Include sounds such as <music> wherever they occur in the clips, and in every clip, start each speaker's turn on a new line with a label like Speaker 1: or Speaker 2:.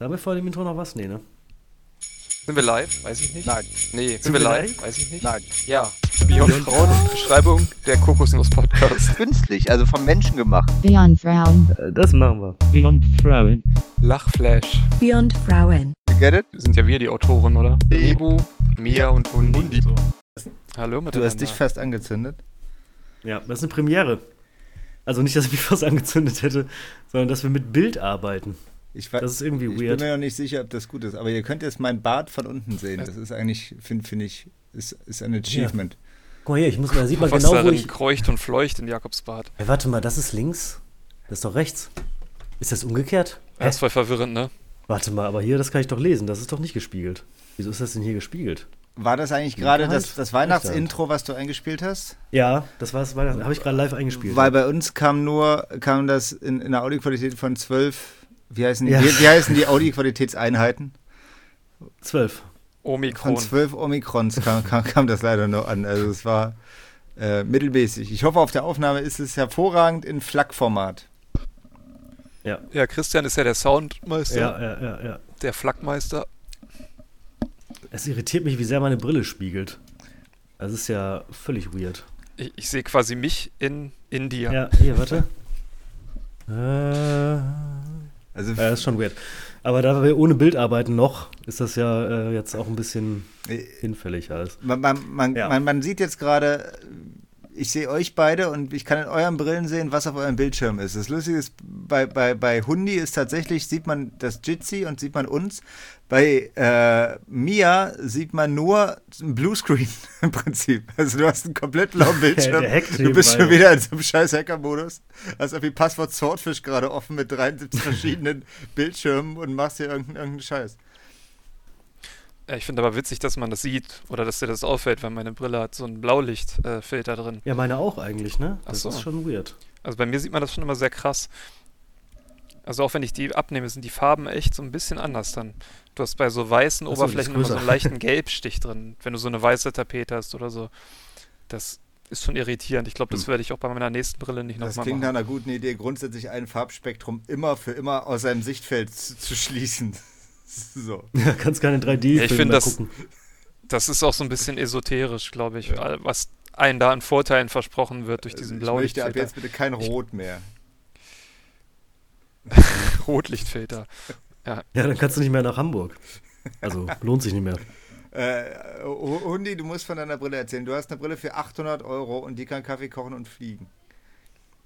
Speaker 1: Haben wir vor dem Intro noch was? Nee, ne?
Speaker 2: Sind wir live? Weiß ich nicht.
Speaker 3: Nein.
Speaker 2: Nee, sind,
Speaker 1: Sind
Speaker 2: wir
Speaker 1: wir
Speaker 2: live?
Speaker 1: live?
Speaker 2: Weiß ich nicht.
Speaker 3: Nein.
Speaker 2: Ja. Beyond Frauen, Beschreibung der
Speaker 3: <laughs>
Speaker 2: Kokosnuss-Podcast.
Speaker 3: Künstlich, also vom Menschen gemacht.
Speaker 4: Beyond Frauen.
Speaker 1: Äh, Das machen wir.
Speaker 5: Beyond Frauen.
Speaker 2: Lachflash.
Speaker 6: Beyond Frauen.
Speaker 3: You Get it?
Speaker 2: Sind ja wir die Autoren, oder? Nebu, Mia und Hundi. So. Hallo miteinander.
Speaker 3: Du hast dich fast angezündet.
Speaker 1: Ja, das ist eine Premiere. Also nicht, dass ich mich <laughs> was angezündet hätte, sondern dass wir mit Bild arbeiten.
Speaker 3: Ich, war,
Speaker 1: Das ist irgendwie
Speaker 3: ich
Speaker 1: weird.
Speaker 3: bin mir noch nicht sicher, ob das gut ist, aber ihr könnt jetzt mein Bart von unten sehen. Das ist eigentlich, finde find ich, ist, ist ein Achievement.
Speaker 7: Guck mal hier, ich muss mal, da sieht man
Speaker 2: Was
Speaker 7: genau, wo
Speaker 2: darin
Speaker 7: ich.
Speaker 2: kreucht und fleucht in Jakobsbad.
Speaker 7: Ey, warte mal, das ist links. Das ist doch rechts. Ist das umgekehrt? Hä?
Speaker 2: Das ist voll verwirrend, ne?
Speaker 1: Warte mal, aber hier, das kann ich doch lesen. Das ist doch nicht gespiegelt. Wieso ist das denn hier gespiegelt?
Speaker 3: War das eigentlich gerade
Speaker 1: Halt.
Speaker 3: das, das Weihnachtsintro, was du eingespielt hast?
Speaker 1: Ja, das war es. Weihnachten. Habe ich gerade live eingespielt.
Speaker 3: Weil bei uns kam nur, kam das in, in einer Audioqualität von 12, wie heißen,
Speaker 1: Ja.
Speaker 3: wie, wie heißen die Audioqualitätseinheiten?
Speaker 1: Zwölf.
Speaker 3: Von
Speaker 2: Omikron.
Speaker 3: 12 Omikrons kam, kam, kam das leider nur an. Also es war äh, mittelmäßig. Ich hoffe, auf der Aufnahme ist es hervorragend in Flak-Format.
Speaker 2: Ja, Christian ist ja der Soundmeister,
Speaker 1: Ja, ja, ja, ja.
Speaker 2: der Flakmeister.
Speaker 1: Es irritiert mich, wie sehr meine Brille spiegelt. Das ist ja völlig weird.
Speaker 2: Ich, ich sehe quasi mich in India.
Speaker 1: Ja, hier, warte. äh,
Speaker 3: Also
Speaker 1: Ja, das ist schon weird. Aber da wir ohne Bild arbeiten noch, ist das ja äh, jetzt auch ein bisschen
Speaker 3: Äh,
Speaker 1: hinfällig alles.
Speaker 3: Man, man, man,
Speaker 1: Ja.
Speaker 3: man, man sieht jetzt gerade, ich sehe euch beide und ich kann in euren Brillen sehen, was auf eurem Bildschirm ist. Das Lustige ist, bei, bei, bei Hundi ist tatsächlich, sieht man das Jitsi und sieht man uns. Bei äh, Mia sieht man nur einen Bluescreen <laughs> im Prinzip. Also du hast einen komplett
Speaker 1: <laughs>
Speaker 3: blauen Bildschirm.
Speaker 1: der hackt
Speaker 3: du bist
Speaker 1: nebenbei.
Speaker 3: schon wieder in so einem scheiß Hacker-Modus. Hast irgendwie Passwort Swordfish gerade offen mit
Speaker 1: <laughs>
Speaker 3: 73 verschiedenen Bildschirmen und machst hier irgendeinen, irgendeinen Scheiß.
Speaker 2: Ja, ich finde aber witzig, dass man das sieht oder dass dir das auffällt, weil meine Brille hat so einen Blaulichtfilter äh, Filter drin.
Speaker 1: Ja, meine auch eigentlich, ne?
Speaker 2: Ach
Speaker 1: Das
Speaker 2: so.
Speaker 1: ist schon
Speaker 2: <laughs>
Speaker 1: weird.
Speaker 2: Also bei mir sieht man das schon immer sehr krass. Also auch wenn ich die abnehme, sind die Farben echt so ein bisschen anders dann. Du hast bei so weißen
Speaker 1: Ach so, die ist
Speaker 2: Oberflächen immer so
Speaker 1: größer.
Speaker 2: einen leichten Gelbstich drin, wenn du so eine weiße Tapete hast oder so. Das ist schon irritierend. Ich glaube,
Speaker 1: Hm.
Speaker 2: das werde ich auch bei meiner nächsten Brille nicht
Speaker 3: Das
Speaker 2: nochmal
Speaker 3: klingt
Speaker 2: Genau, machen.
Speaker 3: nach einer guten Idee, grundsätzlich ein Farbspektrum immer für immer aus seinem Sichtfeld zu, zu schließen. <laughs> So.
Speaker 1: Ja, kannst keine 3D-Filme
Speaker 2: Ja, ich find das-
Speaker 1: gucken.
Speaker 2: Das ist auch so ein bisschen esoterisch, glaube ich, all- was einem da an Vorteilen versprochen wird
Speaker 1: Äh,
Speaker 2: durch diesen
Speaker 3: also ich möchte ab
Speaker 2: Blaulichtfilter.
Speaker 3: jetzt bitte kein Rot mehr.
Speaker 2: <laughs> Rotlichtfilter.
Speaker 1: Ja, dann kannst du nicht mehr nach Hamburg. Also lohnt sich nicht mehr.
Speaker 3: Äh, Hundi, du musst von deiner Brille erzählen. Du hast eine Brille für 800 Euro und die kann Kaffee kochen und fliegen.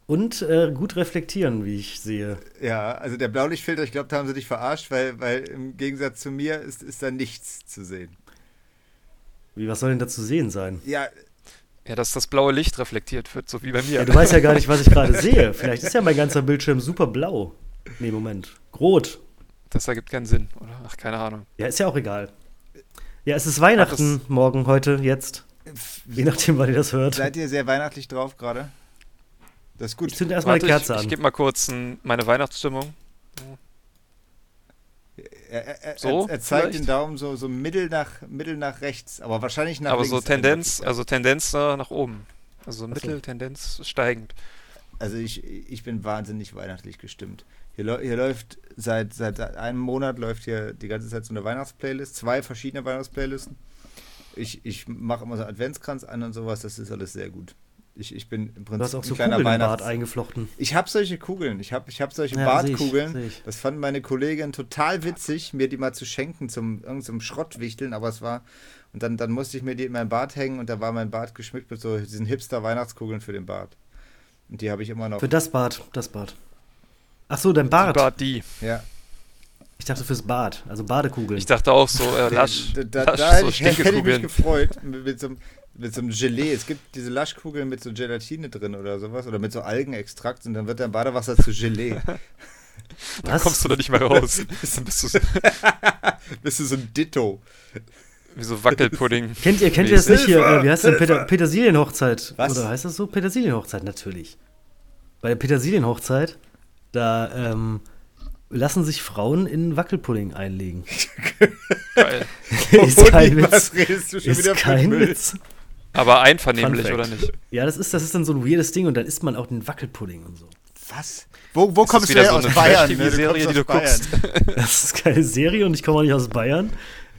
Speaker 1: Und äh, gut reflektieren, wie ich sehe.
Speaker 3: Ja, also der Blaulichtfilter, ich glaube, da haben sie dich verarscht, weil, weil im Gegensatz zu mir ist, ist da nichts zu sehen.
Speaker 1: Wie, was soll denn da zu sehen sein?
Speaker 3: Ja,
Speaker 2: Ja, dass das blaue Licht reflektiert wird, so wie bei mir.
Speaker 1: Ja, du weißt ja gar nicht, was ich gerade sehe. Vielleicht ist ja mein ganzer Bildschirm super blau. Nee, Moment. Rot.
Speaker 2: Das ergibt keinen Sinn, oder? Ach, keine Ahnung.
Speaker 1: Ja, ist ja auch egal. Ja, es ist Weihnachten morgen, heute, jetzt. Je nachdem, wann ihr das hört.
Speaker 3: seid ihr sehr weihnachtlich drauf gerade? Das ist
Speaker 1: Ich
Speaker 3: gut.
Speaker 1: zünde erstmal eine
Speaker 2: Warte,
Speaker 1: Kerze
Speaker 2: ich,
Speaker 1: an.
Speaker 2: ich gebe mal kurz ein, meine Weihnachtsstimmung.
Speaker 3: Er, er, er,
Speaker 2: So,
Speaker 3: er zeigt
Speaker 2: vielleicht?
Speaker 3: den Daumen so, so mittel, nach, mittel nach rechts, aber wahrscheinlich nach
Speaker 2: Aber
Speaker 3: links.
Speaker 2: so Tendenz, also Tendenz äh, nach oben. Also Mittel, Tendenz steigend.
Speaker 3: Also ich, ich bin wahnsinnig weihnachtlich gestimmt. Hier, läu- hier läuft seit, seit einem Monat läuft hier die ganze Zeit so eine Weihnachtsplaylist, zwei verschiedene Weihnachtsplaylisten. Ich, ich mache immer so Adventskranz an und sowas, das ist alles sehr gut. Ich, ich bin im Prinzip
Speaker 1: Du hast auch
Speaker 3: ein
Speaker 1: so
Speaker 3: kleiner
Speaker 1: Kugeln im Bart
Speaker 3: Weihnachts...
Speaker 1: eingeflochten.
Speaker 3: Ich habe solche Kugeln, ich habe ich hab solche
Speaker 1: Ja,
Speaker 3: Bartkugeln.
Speaker 1: seh ich, seh ich.
Speaker 3: Das fand meine Kollegin total witzig, mir die mal zu schenken zum irgendeinem so einem Schrottwichteln, aber es war und dann, dann musste ich mir die in mein Bart hängen und da war mein Bart geschmückt mit so diesen Hipster Weihnachtskugeln für den Bart. Und die habe ich immer noch.
Speaker 1: Für das Bad, das Bad. Ach so, dein
Speaker 2: Bart.
Speaker 1: Bart.
Speaker 2: Die Bart, die.
Speaker 3: Ja.
Speaker 1: Ich dachte fürs Bad, also Badekugeln.
Speaker 2: Ich dachte auch so, äh, lasch,
Speaker 3: da, da,
Speaker 2: lasch
Speaker 3: da hätte
Speaker 2: so
Speaker 3: ich- hätte ich mich
Speaker 2: Stinkekugeln.
Speaker 3: gefreut mit, mit, so, einem- mit so einem Gelee. Es gibt diese Laschkugeln mit so Gelatine drin oder sowas oder mit so Algenextrakt und dann wird dein Badewasser zu Gelee. <laughs>
Speaker 1: Was?
Speaker 2: Kommst du da nicht mehr raus? Dann bist du so-
Speaker 3: Bist du so ein Ditto.
Speaker 2: wie so
Speaker 1: <laughs>
Speaker 2: Wackelpudding.
Speaker 1: kennt ihr, kennt ihr das nicht hier?
Speaker 3: Hilfe!
Speaker 1: Äh, wie heißt denn Peter, Petersilienhochzeit?
Speaker 3: Was?
Speaker 1: Oder heißt das so? Petersilienhochzeit, natürlich. Bei der Petersilienhochzeit, da ähm, lassen sich Frauen in Wackelpudding einlegen.
Speaker 2: Geil.
Speaker 1: <laughs> <laughs> ist kein
Speaker 3: Uni,
Speaker 1: Witz.
Speaker 3: Was redest du schon
Speaker 1: Ist
Speaker 3: wieder für
Speaker 1: kein
Speaker 3: Müll?
Speaker 1: Witz.
Speaker 2: Aber einvernehmlich,
Speaker 1: Fun
Speaker 2: oder
Speaker 1: Fact.
Speaker 2: nicht?
Speaker 1: Ja, das ist, das ist dann so ein weirdes Ding und dann isst man auch den Wackelpudding und so.
Speaker 3: Was? Wo, wo
Speaker 2: ist
Speaker 3: kommst du
Speaker 2: wieder
Speaker 3: her
Speaker 2: so
Speaker 3: aus
Speaker 2: eine
Speaker 3: Bayern?
Speaker 2: Trash-TV-Serie, die du
Speaker 3: kommst aus
Speaker 2: guckst.
Speaker 3: Bayern.
Speaker 1: Das ist keine Serie und ich komme auch nicht aus Bayern.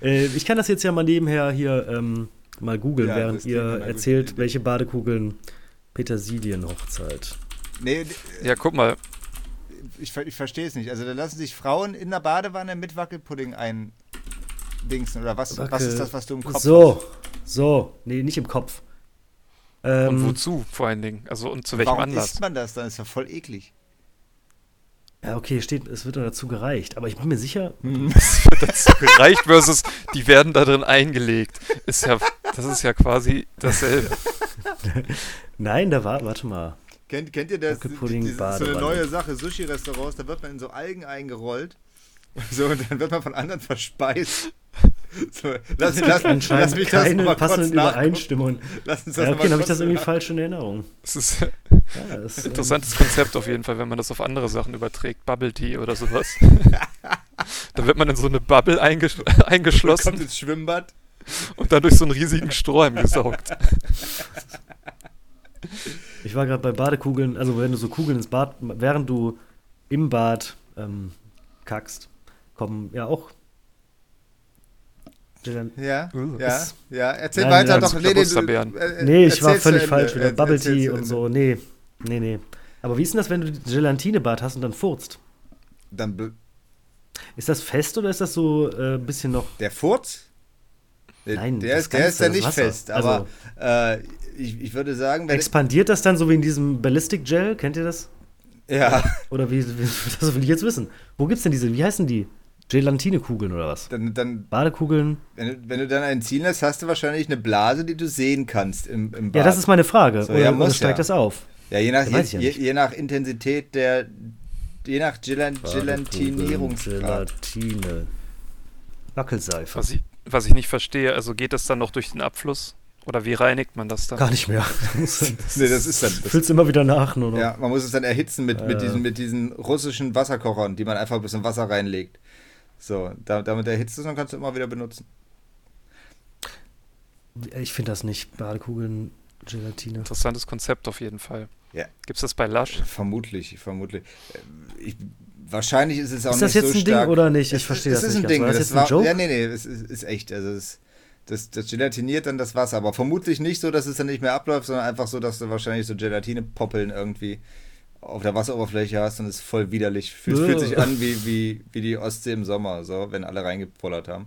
Speaker 1: Äh, ich kann das jetzt ja mal nebenher hier ähm, mal googeln,
Speaker 3: Ja,
Speaker 1: während
Speaker 3: das klingt
Speaker 1: ihr
Speaker 3: nach einer guten
Speaker 1: erzählt,
Speaker 3: Idee.
Speaker 1: welche Badekugeln Petersilienhochzeit.
Speaker 3: Nee,
Speaker 2: Ja, guck mal.
Speaker 3: ich, ver- ich verstehe es nicht. Also da lassen sich Frauen in der Badewanne mit Wackelpudding eindingsen. Oder was, was
Speaker 1: Wackel-
Speaker 3: ist das, was du im Kopf
Speaker 1: So, so. Nee, nicht im Kopf. Ähm,
Speaker 2: Und wozu vor allen Dingen? Also und zu welchem
Speaker 3: Warum
Speaker 2: Anlass?
Speaker 3: <laughs> isst man das? Dann ist ja voll eklig.
Speaker 1: Ja, okay, steht, es wird nur dazu gereicht. Aber ich bin mir sicher,
Speaker 2: Dazu gereicht versus die werden da drin eingelegt. Ist ja, das ist ja quasi dasselbe.
Speaker 1: nein, da war, warte mal.
Speaker 3: Kennt, kennt ihr das?
Speaker 1: Wackelpudding,
Speaker 3: Dieses- so eine
Speaker 1: Badewanne.
Speaker 3: neue Sache, Sushi-Restaurants, da wird man in so Algen eingerollt. <laughs> So, und dann wird man von anderen verspeist. <laughs> So, lass, lass, lass mich das
Speaker 1: keine
Speaker 3: noch mal kurz
Speaker 1: passenden
Speaker 3: nachgucken.
Speaker 1: Übereinstimmungen.
Speaker 3: Lass uns das
Speaker 1: Ja,
Speaker 3: noch mal
Speaker 1: okay, dann habe ich
Speaker 3: kurz
Speaker 1: das irgendwie
Speaker 3: nach-
Speaker 1: falsch in Erinnerung.
Speaker 2: Das ist ein
Speaker 1: Ja, das, ähm,
Speaker 2: interessantes Konzept auf jeden Fall, wenn man das auf andere Sachen überträgt. Bubble Tea
Speaker 1: <laughs>
Speaker 2: oder sowas. da wird man in so eine Bubble eingesch
Speaker 3: Kommt
Speaker 2: eingeschlossen
Speaker 3: ins Schwimmbad.
Speaker 2: und dann durch so einen riesigen Strohhalm gesaugt.
Speaker 1: Ich war gerade bei Badekugeln, also wenn du so Kugeln ins Bad, während du im Bad ähm, kackst, kommen ja auch.
Speaker 3: Ja,
Speaker 2: Uh,
Speaker 3: ja,
Speaker 1: ist-
Speaker 3: ja. Erzähl
Speaker 1: Nein,
Speaker 3: weiter
Speaker 1: nein,
Speaker 3: doch.
Speaker 2: das ist
Speaker 3: Lene,
Speaker 2: bewusster
Speaker 3: du-
Speaker 2: Bären.
Speaker 3: äh,
Speaker 1: Nee, ich war
Speaker 3: erzähl zu
Speaker 1: völlig
Speaker 3: Ende,
Speaker 1: falsch wieder.
Speaker 3: äh,
Speaker 1: Bubble
Speaker 3: erzähl
Speaker 1: Tea
Speaker 3: zu
Speaker 1: und
Speaker 3: Ende.
Speaker 1: so, nee, nee, nee. Aber wie ist denn das, wenn du Gelatinebad hast und dann furzt?
Speaker 3: Dann bl-
Speaker 1: Ist das fest oder ist das so äh, ein bisschen noch
Speaker 3: der Furz? Der-
Speaker 1: Nein,
Speaker 3: der
Speaker 1: das
Speaker 3: ist, der ist
Speaker 1: Ganze,
Speaker 3: ja
Speaker 1: das
Speaker 3: nicht
Speaker 1: Wasser. Also-
Speaker 3: fest, aber äh, ich, ich würde sagen, wenn.
Speaker 1: Expandiert das dann so wie in diesem Ballistic Gel? Kennt ihr das?
Speaker 3: <laughs> ja,
Speaker 1: Oder wie, <laughs> wie das will ich jetzt wissen. Wo gibt's denn diese, wie heißen die? Gelatinekugeln oder was?
Speaker 3: dann, dann
Speaker 1: Badekugeln?
Speaker 3: wenn, du, wenn du dann einen ziehen lässt, hast du wahrscheinlich eine Blase, die du sehen kannst im, im Bad.
Speaker 1: Ja, das ist meine Frage.
Speaker 3: So,
Speaker 1: oder,
Speaker 3: ja,
Speaker 1: oder
Speaker 3: muss
Speaker 1: steigt
Speaker 3: ja.
Speaker 1: das auf?
Speaker 3: Ja, je nach,
Speaker 1: Ja,
Speaker 3: je,
Speaker 1: weiß ich ja
Speaker 3: je,
Speaker 1: nicht.
Speaker 3: je nach Intensität der. Je nach Gelan Gelatinierungsgrad.
Speaker 1: Gelatine. Wackelseife.
Speaker 2: Was ich, was ich nicht verstehe, also geht das dann noch durch den Abfluss? Oder wie reinigt man das dann?
Speaker 1: Gar nicht mehr. Füllst
Speaker 3: <laughs> Nee, das ist dann. Das
Speaker 1: immer wieder nach, nur noch.
Speaker 3: Ja, man muss es dann erhitzen mit, mit,
Speaker 1: Äh.
Speaker 3: diesen, mit diesen russischen Wasserkochern, die man einfach ein bisschen Wasser reinlegt. So, da, damit erhitzt es und kannst du immer wieder benutzen.
Speaker 1: Ich finde das nicht. Badekugeln, Gelatine.
Speaker 2: Interessantes Konzept auf jeden Fall.
Speaker 3: Ja.
Speaker 2: Gibt's das bei Lush?
Speaker 3: Vermutlich, vermutlich. Ähm, Ich, wahrscheinlich ist es auch
Speaker 1: Ist
Speaker 3: nicht
Speaker 1: das
Speaker 3: so
Speaker 1: jetzt ein Ding
Speaker 3: stark.
Speaker 1: oder nicht? Ich
Speaker 3: Es-
Speaker 1: verstehe
Speaker 3: es
Speaker 1: das
Speaker 3: ist
Speaker 1: nicht
Speaker 3: Ein
Speaker 1: ganz.
Speaker 3: Ding.
Speaker 1: War das
Speaker 3: das
Speaker 1: jetzt ein
Speaker 3: war,
Speaker 1: Joke?
Speaker 3: Ja, nee, nee, es ist, ist echt. Also es, das, das gelatiniert dann das Wasser, aber vermutlich nicht so, dass es dann nicht mehr abläuft, sondern einfach so, dass du wahrscheinlich so Gelatine-Poppeln irgendwie auf der Wasseroberfläche hast und es ist voll widerlich. Fühlt,
Speaker 1: Äh.
Speaker 3: fühlt sich an wie, wie, wie die Ostsee im Sommer, so, wenn alle reingepollert haben.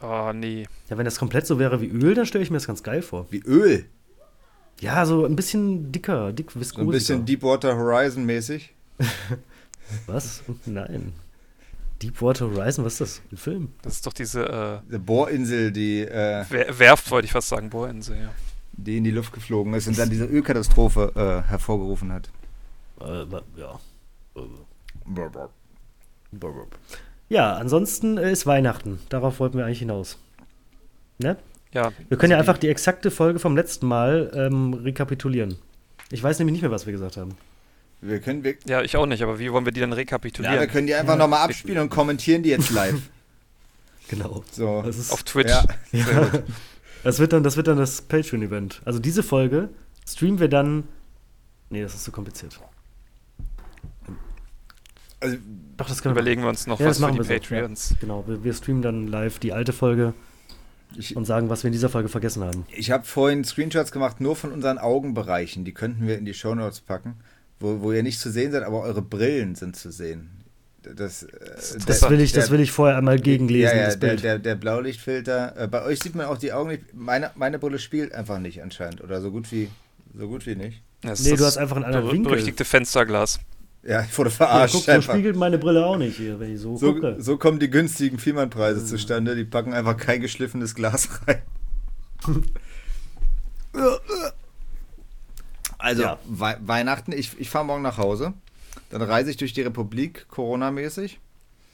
Speaker 2: Ah, nee.
Speaker 1: Ja, wenn das komplett so wäre wie Öl, dann stelle ich mir das ganz geil vor.
Speaker 3: Wie Öl.
Speaker 1: Ja, so ein bisschen dicker, dick
Speaker 3: So ein
Speaker 1: viskosiger.
Speaker 3: bisschen Deepwater Horizon mäßig.
Speaker 1: Was? Nein. Deepwater Horizon, was ist das? Ein Film?
Speaker 2: Das ist doch diese
Speaker 3: Eine Bohrinsel, die, äh,
Speaker 2: äh, Wer- Werft, wollte ich fast sagen, Bohrinsel, ja.
Speaker 3: die in die Luft geflogen ist und dann diese Ölkatastrophe äh, hervorgerufen hat.
Speaker 1: Äh, ja. Ja, ansonsten äh, ist Weihnachten. Darauf wollten wir eigentlich hinaus. Ne?
Speaker 2: Ja,
Speaker 1: Wir können ja
Speaker 2: Also die-
Speaker 1: einfach die exakte Folge vom letzten Mal ähm, rekapitulieren. Ich weiß nämlich nicht mehr, was wir gesagt haben.
Speaker 3: Wir können, wir,
Speaker 2: ja, ich auch nicht, aber wie wollen wir die dann
Speaker 3: ja, wir
Speaker 2: rekapitulieren?
Speaker 3: können die einfach nochmal abspielen und kommentieren die jetzt live. <laughs>
Speaker 1: Genau.
Speaker 3: So.
Speaker 1: Das, ist,
Speaker 2: Auf Twitch.
Speaker 3: Ja,
Speaker 2: <laughs> Sehr gut.
Speaker 1: das, wird dann, das wird dann das Patreon-Event. Also diese Folge streamen wir dann. Nee, das ist zu kompliziert.
Speaker 3: also,
Speaker 1: Doch, das können wir.
Speaker 2: Überlegen wir uns noch
Speaker 1: Ja, das
Speaker 2: was für
Speaker 1: machen
Speaker 2: die
Speaker 1: wir so, ja.
Speaker 2: Patreons.
Speaker 1: Genau, wir, wir streamen dann live die alte Folge
Speaker 3: ich,
Speaker 1: und sagen, was wir in dieser Folge vergessen haben.
Speaker 3: ich habe vorhin Screenshots gemacht, nur von unseren Augenbereichen. Die könnten wir in die Shownotes packen, wo, wo ihr nicht zu sehen seid, aber eure Brillen sind zu sehen. Das, äh, das,
Speaker 1: Das will ich, das will ich vorher einmal gegenlesen.
Speaker 3: Ja, ja,
Speaker 1: das
Speaker 3: der,
Speaker 1: Bild.
Speaker 3: der, der Blaulichtfilter. Äh, bei euch sieht man auch die Augen nicht. Meine, meine Brille spielt einfach nicht anscheinend. Oder so gut wie, so gut wie nicht.
Speaker 2: Ja, es
Speaker 1: Nee,
Speaker 2: ist
Speaker 1: du
Speaker 2: das
Speaker 1: hast einfach einen anderen
Speaker 2: berü-
Speaker 1: Winkel.
Speaker 2: berüchtigte Fensterglas.
Speaker 3: Ja, ich wurde
Speaker 1: ja,
Speaker 3: verarscht.
Speaker 1: guck, so
Speaker 3: einfach.
Speaker 1: spiegelt meine Brille auch nicht hier, wenn ich so, gucke.
Speaker 3: Ah, so, so kommen die günstigen
Speaker 1: Hm.
Speaker 3: Fiemann-Preise zustande. Die packen einfach kein geschliffenes Glas <laughs> rein. also,
Speaker 1: Ja.
Speaker 3: Wei Weihnachten. Ich, ich fahre morgen nach Hause. Dann reise ich durch die Republik, Corona-mäßig.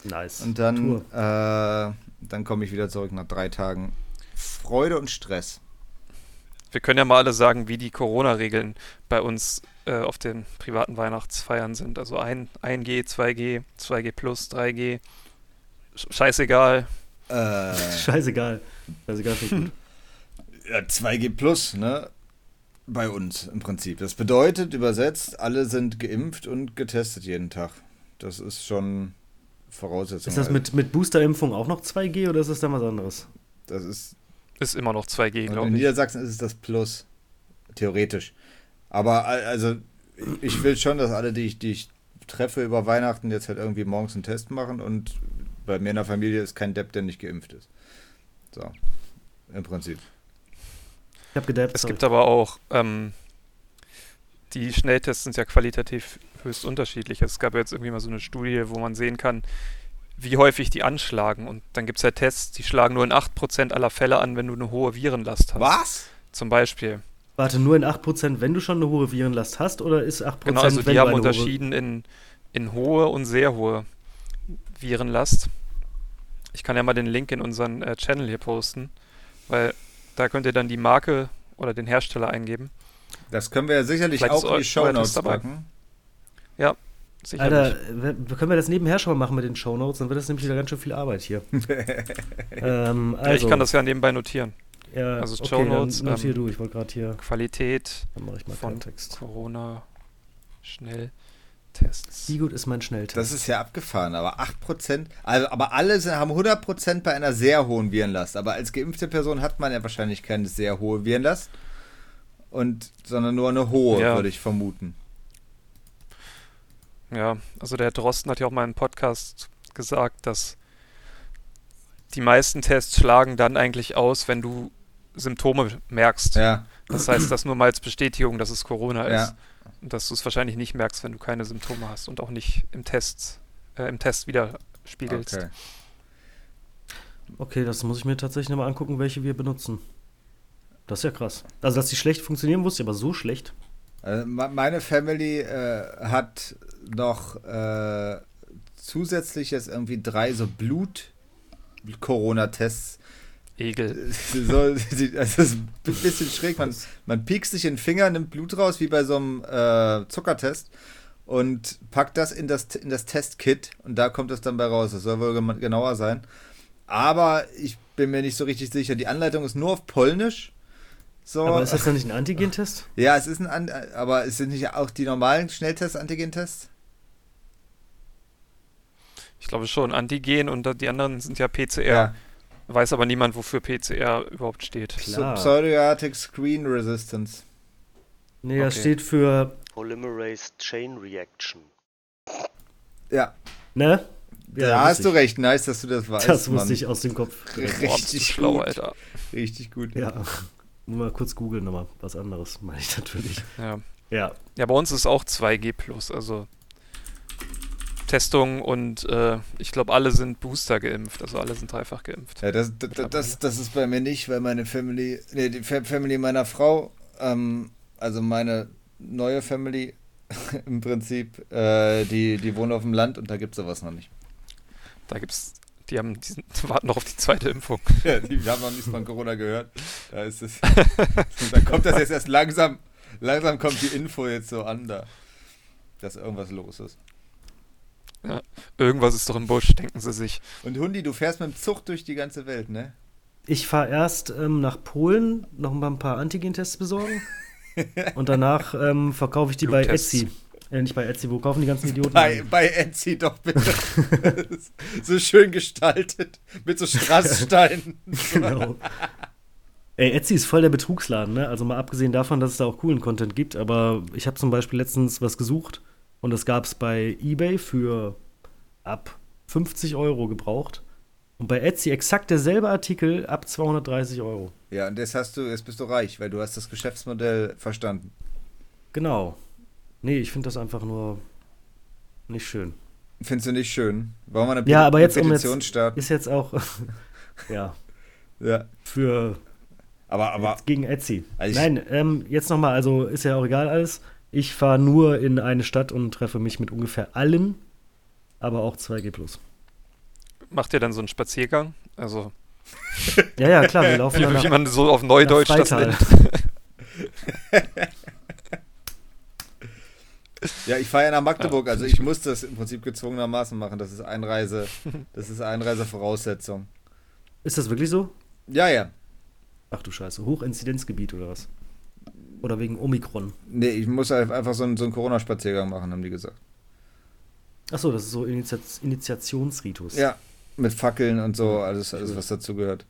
Speaker 1: Nice.
Speaker 3: Und dann,
Speaker 1: Tour.
Speaker 3: äh, dann komme ich wieder zurück nach drei Tagen. Freude und Stress.
Speaker 2: Wir können ja mal alle sagen, wie die Corona-Regeln bei uns äh, auf den privaten Weihnachtsfeiern sind. Also ein, 1G, 2G, 2G 3G. Sch- Scheißegal.
Speaker 1: <laughs>
Speaker 3: Äh,
Speaker 1: Scheißegal. Scheißegal, finde ich gut.
Speaker 3: Ja, 2G plus, ne? Bei uns im Prinzip. Das bedeutet übersetzt, alle sind geimpft und getestet jeden Tag. Das ist schon Voraussetzung.
Speaker 1: Ist das mit, mit Boosterimpfung auch noch 2G oder ist das dann was anderes?
Speaker 3: Also, Das ist,
Speaker 2: Ist immer noch 2G,
Speaker 3: Also in
Speaker 2: glaube ich.
Speaker 3: Niedersachsen ist es das Plus. Theoretisch. Aber al- also, ich will schon, dass alle, die ich, die ich treffe über Weihnachten, jetzt halt irgendwie morgens einen Test machen und bei mir in der Familie ist kein Depp, der nicht geimpft ist. So. Im Prinzip.
Speaker 1: Ich habe gedappt.
Speaker 2: Es gibt aber auch, ähm, die Schnelltests sind ja qualitativ höchst unterschiedlich. Es gab ja jetzt irgendwie mal so eine Studie, wo man sehen kann, wie häufig die anschlagen. Und dann gibt es ja Tests, die schlagen nur in 8% aller Fälle an, wenn du eine hohe Virenlast hast.
Speaker 3: Was?
Speaker 2: Zum Beispiel.
Speaker 1: Warte, nur in 8%, wenn du schon eine hohe Virenlast hast oder ist 8%,
Speaker 2: Genau, also
Speaker 1: wenn
Speaker 2: die
Speaker 1: du
Speaker 2: haben
Speaker 1: eine hohe-
Speaker 2: unterschieden in, in hohe und sehr hohe Virenlast. Ich kann ja mal den Link in unseren äh, Channel hier posten, weil da könnt ihr dann die Marke oder den Hersteller eingeben.
Speaker 3: Das können wir ja sicherlich
Speaker 2: Vielleicht ist
Speaker 3: auch in
Speaker 2: eu-
Speaker 3: die
Speaker 2: euer
Speaker 3: Shownotes
Speaker 2: Test dabei.
Speaker 3: packen.
Speaker 2: Sicherlich.
Speaker 1: Alter, wir- können wir das nebenher schon mal machen mit den Shownotes, dann wird das nämlich wieder ganz schön viel Arbeit
Speaker 2: <laughs>
Speaker 1: hier. ähm, also,
Speaker 2: Ja, ich kann das ja nebenbei notieren.
Speaker 1: ja,
Speaker 2: also
Speaker 1: okay,
Speaker 2: Shownotes,
Speaker 1: Dann notier
Speaker 2: ähm,
Speaker 1: du, ich wollte gerade hier,
Speaker 2: Qualität
Speaker 1: dann mache ich mal
Speaker 2: von-
Speaker 1: Kontext.
Speaker 2: Corona Schnelltests.
Speaker 1: Wie gut ist mein Schnelltest?
Speaker 3: Das ist ja abgefahren, aber 8%, also, aber alle sind, haben 100% bei einer sehr hohen Virenlast. Aber als geimpfte Person hat man ja wahrscheinlich keine sehr hohe Virenlast, und, sondern nur eine hohe,
Speaker 2: Ja.
Speaker 3: würde ich vermuten.
Speaker 2: Ja, also der Drosten hat ja auch mal im Podcast gesagt, dass die meisten Tests schlagen dann eigentlich aus, wenn du Symptome merkst.
Speaker 3: Ja,
Speaker 2: Das heißt, das nur mal als Bestätigung, dass es Corona ist.
Speaker 3: ja.
Speaker 2: Und dass du es wahrscheinlich nicht merkst, wenn du keine Symptome hast und auch nicht im Test, äh, im Test widerspiegelst.
Speaker 3: Okay.
Speaker 1: okay, das muss ich mir tatsächlich nochmal angucken, welche wir benutzen. Das ist ja krass. Also, dass die schlecht funktionieren, wusste ich aber so schlecht.
Speaker 3: Also me- meine Family äh, hat noch äh, zusätzlich jetzt irgendwie drei so Blut-Corona-Tests
Speaker 2: Egel.
Speaker 3: so, <laughs> die- also das ist ein bisschen schräg. Man, man piekst sich in den Finger, nimmt Blut raus, wie bei so einem äh, Zuckertest und packt das in das, in das Testkit und da kommt das dann bei raus. Das soll wohl gem- genauer sein. Aber ich bin mir nicht so richtig sicher. Die Anleitung ist nur auf Polnisch. So,
Speaker 1: Aber ist das dann nicht ein Antigentest?
Speaker 3: ja, es ist ein, An aber es sind nicht auch die normalen Schnelltests, Antigentests?
Speaker 2: Ich glaube schon, Antigen und da- die anderen sind ja PCR.
Speaker 3: Ja.
Speaker 2: Weiß aber niemand, wofür PCR überhaupt steht.
Speaker 1: Klar.
Speaker 3: Pseudoatic Screen Resistance.
Speaker 1: Nee, das
Speaker 2: Okay.
Speaker 1: steht für,
Speaker 7: Polymerase Chain Reaction.
Speaker 3: Ja,
Speaker 1: ne?
Speaker 3: da hast du recht. Nice, dass du das weißt.
Speaker 1: Das wusste
Speaker 3: Mann.
Speaker 1: ich aus dem Kopf. direkt.
Speaker 2: Boah, bist du
Speaker 3: Richtig
Speaker 2: schlau,
Speaker 3: gut.
Speaker 2: Alter.
Speaker 3: Richtig gut.
Speaker 1: Ja. Muss mal kurz googeln nochmal. Was anderes meine ich natürlich.
Speaker 2: Ja.
Speaker 1: Ja.
Speaker 2: ja, bei uns ist auch 2G plus, also Testung und äh, ich glaube, alle sind Booster geimpft, also alle sind dreifach geimpft.
Speaker 3: Ja, das, das, das, das ist bei mir nicht, weil meine Family, nee, die Fa- Family meiner Frau, ähm, also meine neue Family <laughs> im Prinzip, äh, die, die wohnen auf dem Land und da gibt es sowas noch nicht.
Speaker 2: Da gibt's, die haben, die sind, <laughs> warten noch auf die zweite Impfung.
Speaker 3: <laughs> Ja, die haben noch nichts von Corona gehört. Da ist es. <laughs> da kommt das jetzt erst langsam, langsam kommt die Info jetzt so an, da, dass irgendwas los ist.
Speaker 2: Irgendwas ist doch im Busch, denken sie sich.
Speaker 3: Und Hundi, du fährst mit dem Zug durch die ganze Welt, ne?
Speaker 1: Ich fahre erst ähm, nach Polen, noch mal ein paar Antigentests
Speaker 3: <laughs>
Speaker 1: besorgen. und danach ähm, verkaufe ich die bei
Speaker 2: Bluttests.
Speaker 1: Etsy. Äh, nicht bei Etsy, wo kaufen die ganzen Idioten?
Speaker 3: Bei,
Speaker 1: ein?
Speaker 3: bei Etsy doch bitte. <laughs> so schön gestaltet, mit so Strasssteinen.
Speaker 1: genau. Ey, Etsy ist voll der Betrugsladen, ne? Also mal abgesehen davon, dass es da auch coolen Content gibt, aber ich habe zum Beispiel letztens was gesucht und das gab es bei eBay für ab 50 Euro gebraucht. Und bei Etsy exakt derselbe Artikel ab 230 Euro.
Speaker 3: Ja, und jetzt hast du, jetzt bist du reich, weil du hast das Geschäftsmodell verstanden.
Speaker 1: Genau. Nee, ich finde das einfach nur nicht schön.
Speaker 3: Findest du nicht schön? Wollen wir eine
Speaker 1: Ja,
Speaker 3: Peti-
Speaker 1: aber jetzt, um
Speaker 3: Petition
Speaker 1: jetzt-
Speaker 3: starten?
Speaker 1: Ist jetzt auch, <laughs> ja,
Speaker 3: Ja.
Speaker 1: für
Speaker 3: Aber, aber
Speaker 1: gegen Etsy.
Speaker 3: Also ich-
Speaker 1: Nein, ähm, jetzt nochmal, also ist ja auch egal alles. Ich fahre nur in eine Stadt und treffe mich mit ungefähr allen, aber auch 2G+.
Speaker 2: Macht ihr dann so einen Spaziergang? Also,
Speaker 1: Ja, ja, klar, wir
Speaker 3: <laughs>
Speaker 1: laufen
Speaker 2: wie,
Speaker 1: dann nach,
Speaker 2: wie man so auf
Speaker 1: nach
Speaker 2: Neudeutsch das
Speaker 1: Freital.
Speaker 2: nennt.
Speaker 3: ja, ich fahre ja nach Magdeburg, also ich muss das im Prinzip gezwungenermaßen machen. Das ist
Speaker 1: <laughs>
Speaker 3: Einreise, das ist Einreisevoraussetzung.
Speaker 1: Ist das wirklich so?
Speaker 3: Ja, ja.
Speaker 1: Ach du Scheiße, Hochinzidenzgebiet oder was? Oder wegen Omikron.
Speaker 3: Nee, ich muss halt einfach so einen, so einen Corona-Spaziergang machen, haben die gesagt.
Speaker 1: Achso, das ist so Initiat Initiationsritus.
Speaker 3: Ja, mit Fackeln und so, alles, alles was dazu gehört.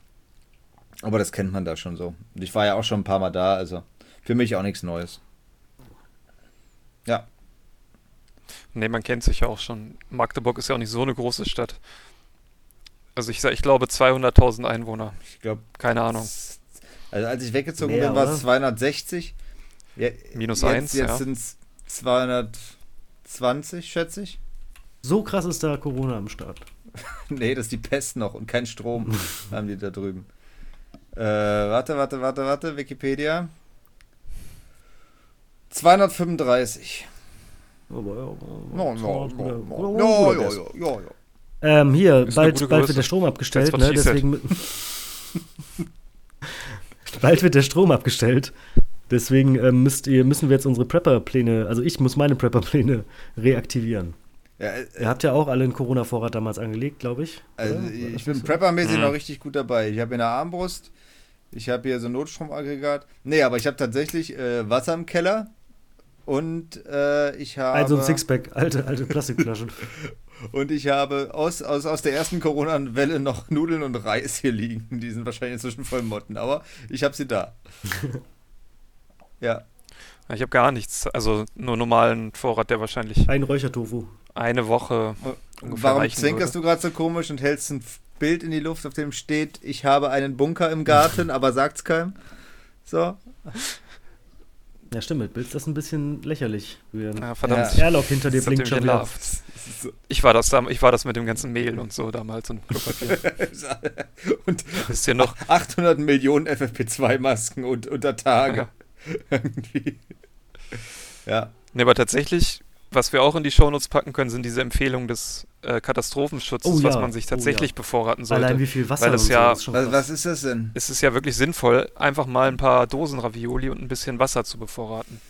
Speaker 3: Aber das kennt man da schon so. Und Ich war ja auch schon ein paar Mal da, also für mich auch nichts Neues. Ja,
Speaker 2: Nee, man kennt sich ja auch schon. Magdeburg ist ja auch nicht so eine große Stadt. Also ich, sag- ich glaube 200.000 Einwohner.
Speaker 3: ich glaube,
Speaker 2: Keine Ahnung.
Speaker 3: also als ich weggezogen
Speaker 1: Mehr,
Speaker 3: bin, war es
Speaker 1: oder?
Speaker 3: 260. Ja,
Speaker 2: Minus
Speaker 3: jetzt,
Speaker 2: eins,
Speaker 3: Jetzt
Speaker 2: ja.
Speaker 3: sind es 220, schätze ich. <laughs>
Speaker 1: So krass ist da Corona am Start.
Speaker 3: Nee, das ist die Pest noch und kein Strom
Speaker 1: <laughs>
Speaker 3: haben die da drüben. Äh, warte, warte, warte, warte, Wikipedia. 235.
Speaker 1: Aber,
Speaker 3: No, no, no,
Speaker 1: ja,
Speaker 3: no. Ja, ja, ja, ja, ja.
Speaker 1: Ähm, hier,
Speaker 2: Ist eine
Speaker 1: bald,
Speaker 2: gute
Speaker 1: bald
Speaker 2: Größe.
Speaker 1: wird der Strom
Speaker 2: That's
Speaker 1: abgestellt,
Speaker 2: what
Speaker 1: ne?
Speaker 2: she said.
Speaker 1: Deswegen. mü- <laughs> bald wird der Strom abgestellt. Deswegen ähm, müsst ihr, müssen wir jetzt unsere Prepper-Pläne, also ich muss meine Prepper-Pläne <laughs> reaktivieren.
Speaker 3: Ja, äh,
Speaker 1: Ihr habt ja auch alle einen Corona-Vorrat damals angelegt, glaube ich.
Speaker 3: also
Speaker 1: oder? War
Speaker 3: ich
Speaker 1: das
Speaker 3: bin
Speaker 1: so?
Speaker 3: preppermäßig
Speaker 2: Mhm.
Speaker 3: noch richtig gut dabei. Ich habe hier eine Armbrust. Ich habe hier so ein Notstromaggregat. Nee, aber ich habe tatsächlich äh, Wasser im Keller. Und äh, ich habe.
Speaker 1: Also ein Sixpack, alte, alte
Speaker 3: <laughs>
Speaker 1: Plastikflaschen.
Speaker 3: Und ich habe aus, aus, aus der ersten Corona-Welle noch <laughs> Nudeln und Reis hier liegen. Die sind wahrscheinlich inzwischen voll Motten, aber ich habe sie da. ja,
Speaker 2: Ja, Ich habe gar nichts. Also nur normalen Vorrat, der wahrscheinlich
Speaker 1: ein Räuchertofu.
Speaker 2: eine Woche
Speaker 3: und
Speaker 2: ungefähr
Speaker 3: warum
Speaker 2: reichen
Speaker 3: zwinkerst
Speaker 2: würde.
Speaker 3: du gerade so komisch und hältst ein F- Bild in die Luft, auf dem steht, ich habe einen Bunker im Garten, aber sagt's keinem? So,
Speaker 1: Ja, stimmt, mit Bild ist das ein bisschen lächerlich.
Speaker 2: Ja,
Speaker 3: Ja.
Speaker 2: verdammt.
Speaker 1: Das Airlock hinter dir
Speaker 2: Das hat
Speaker 1: blinkt
Speaker 2: mich
Speaker 1: schon wieder.
Speaker 2: entlarvt. Ich war das da, ich war das mit dem ganzen Mehl und so damals und Klopapier.
Speaker 3: <laughs>
Speaker 1: <laughs>
Speaker 3: und
Speaker 2: Wisst ihr noch?
Speaker 3: 800 Millionen FFP2-Masken und, unter
Speaker 2: Ja.
Speaker 3: Tage. <laughs> Irgendwie. Ja,
Speaker 2: Nee, aber tatsächlich, was wir auch in die Shownotes packen können, sind diese Empfehlungen des äh, Katastrophenschutzes,
Speaker 1: Oh ja,
Speaker 2: was man sich
Speaker 1: oh
Speaker 2: tatsächlich
Speaker 1: ja.
Speaker 2: bevorraten
Speaker 1: Allein
Speaker 2: sollte.
Speaker 1: wie viel Wasser
Speaker 2: Weil das
Speaker 1: und so,
Speaker 2: ja-
Speaker 1: ist schon
Speaker 3: was,
Speaker 1: krass.
Speaker 3: was ist das denn?
Speaker 2: Es ist ja wirklich sinnvoll, einfach mal ein paar Dosen Ravioli und ein bisschen Wasser zu bevorraten.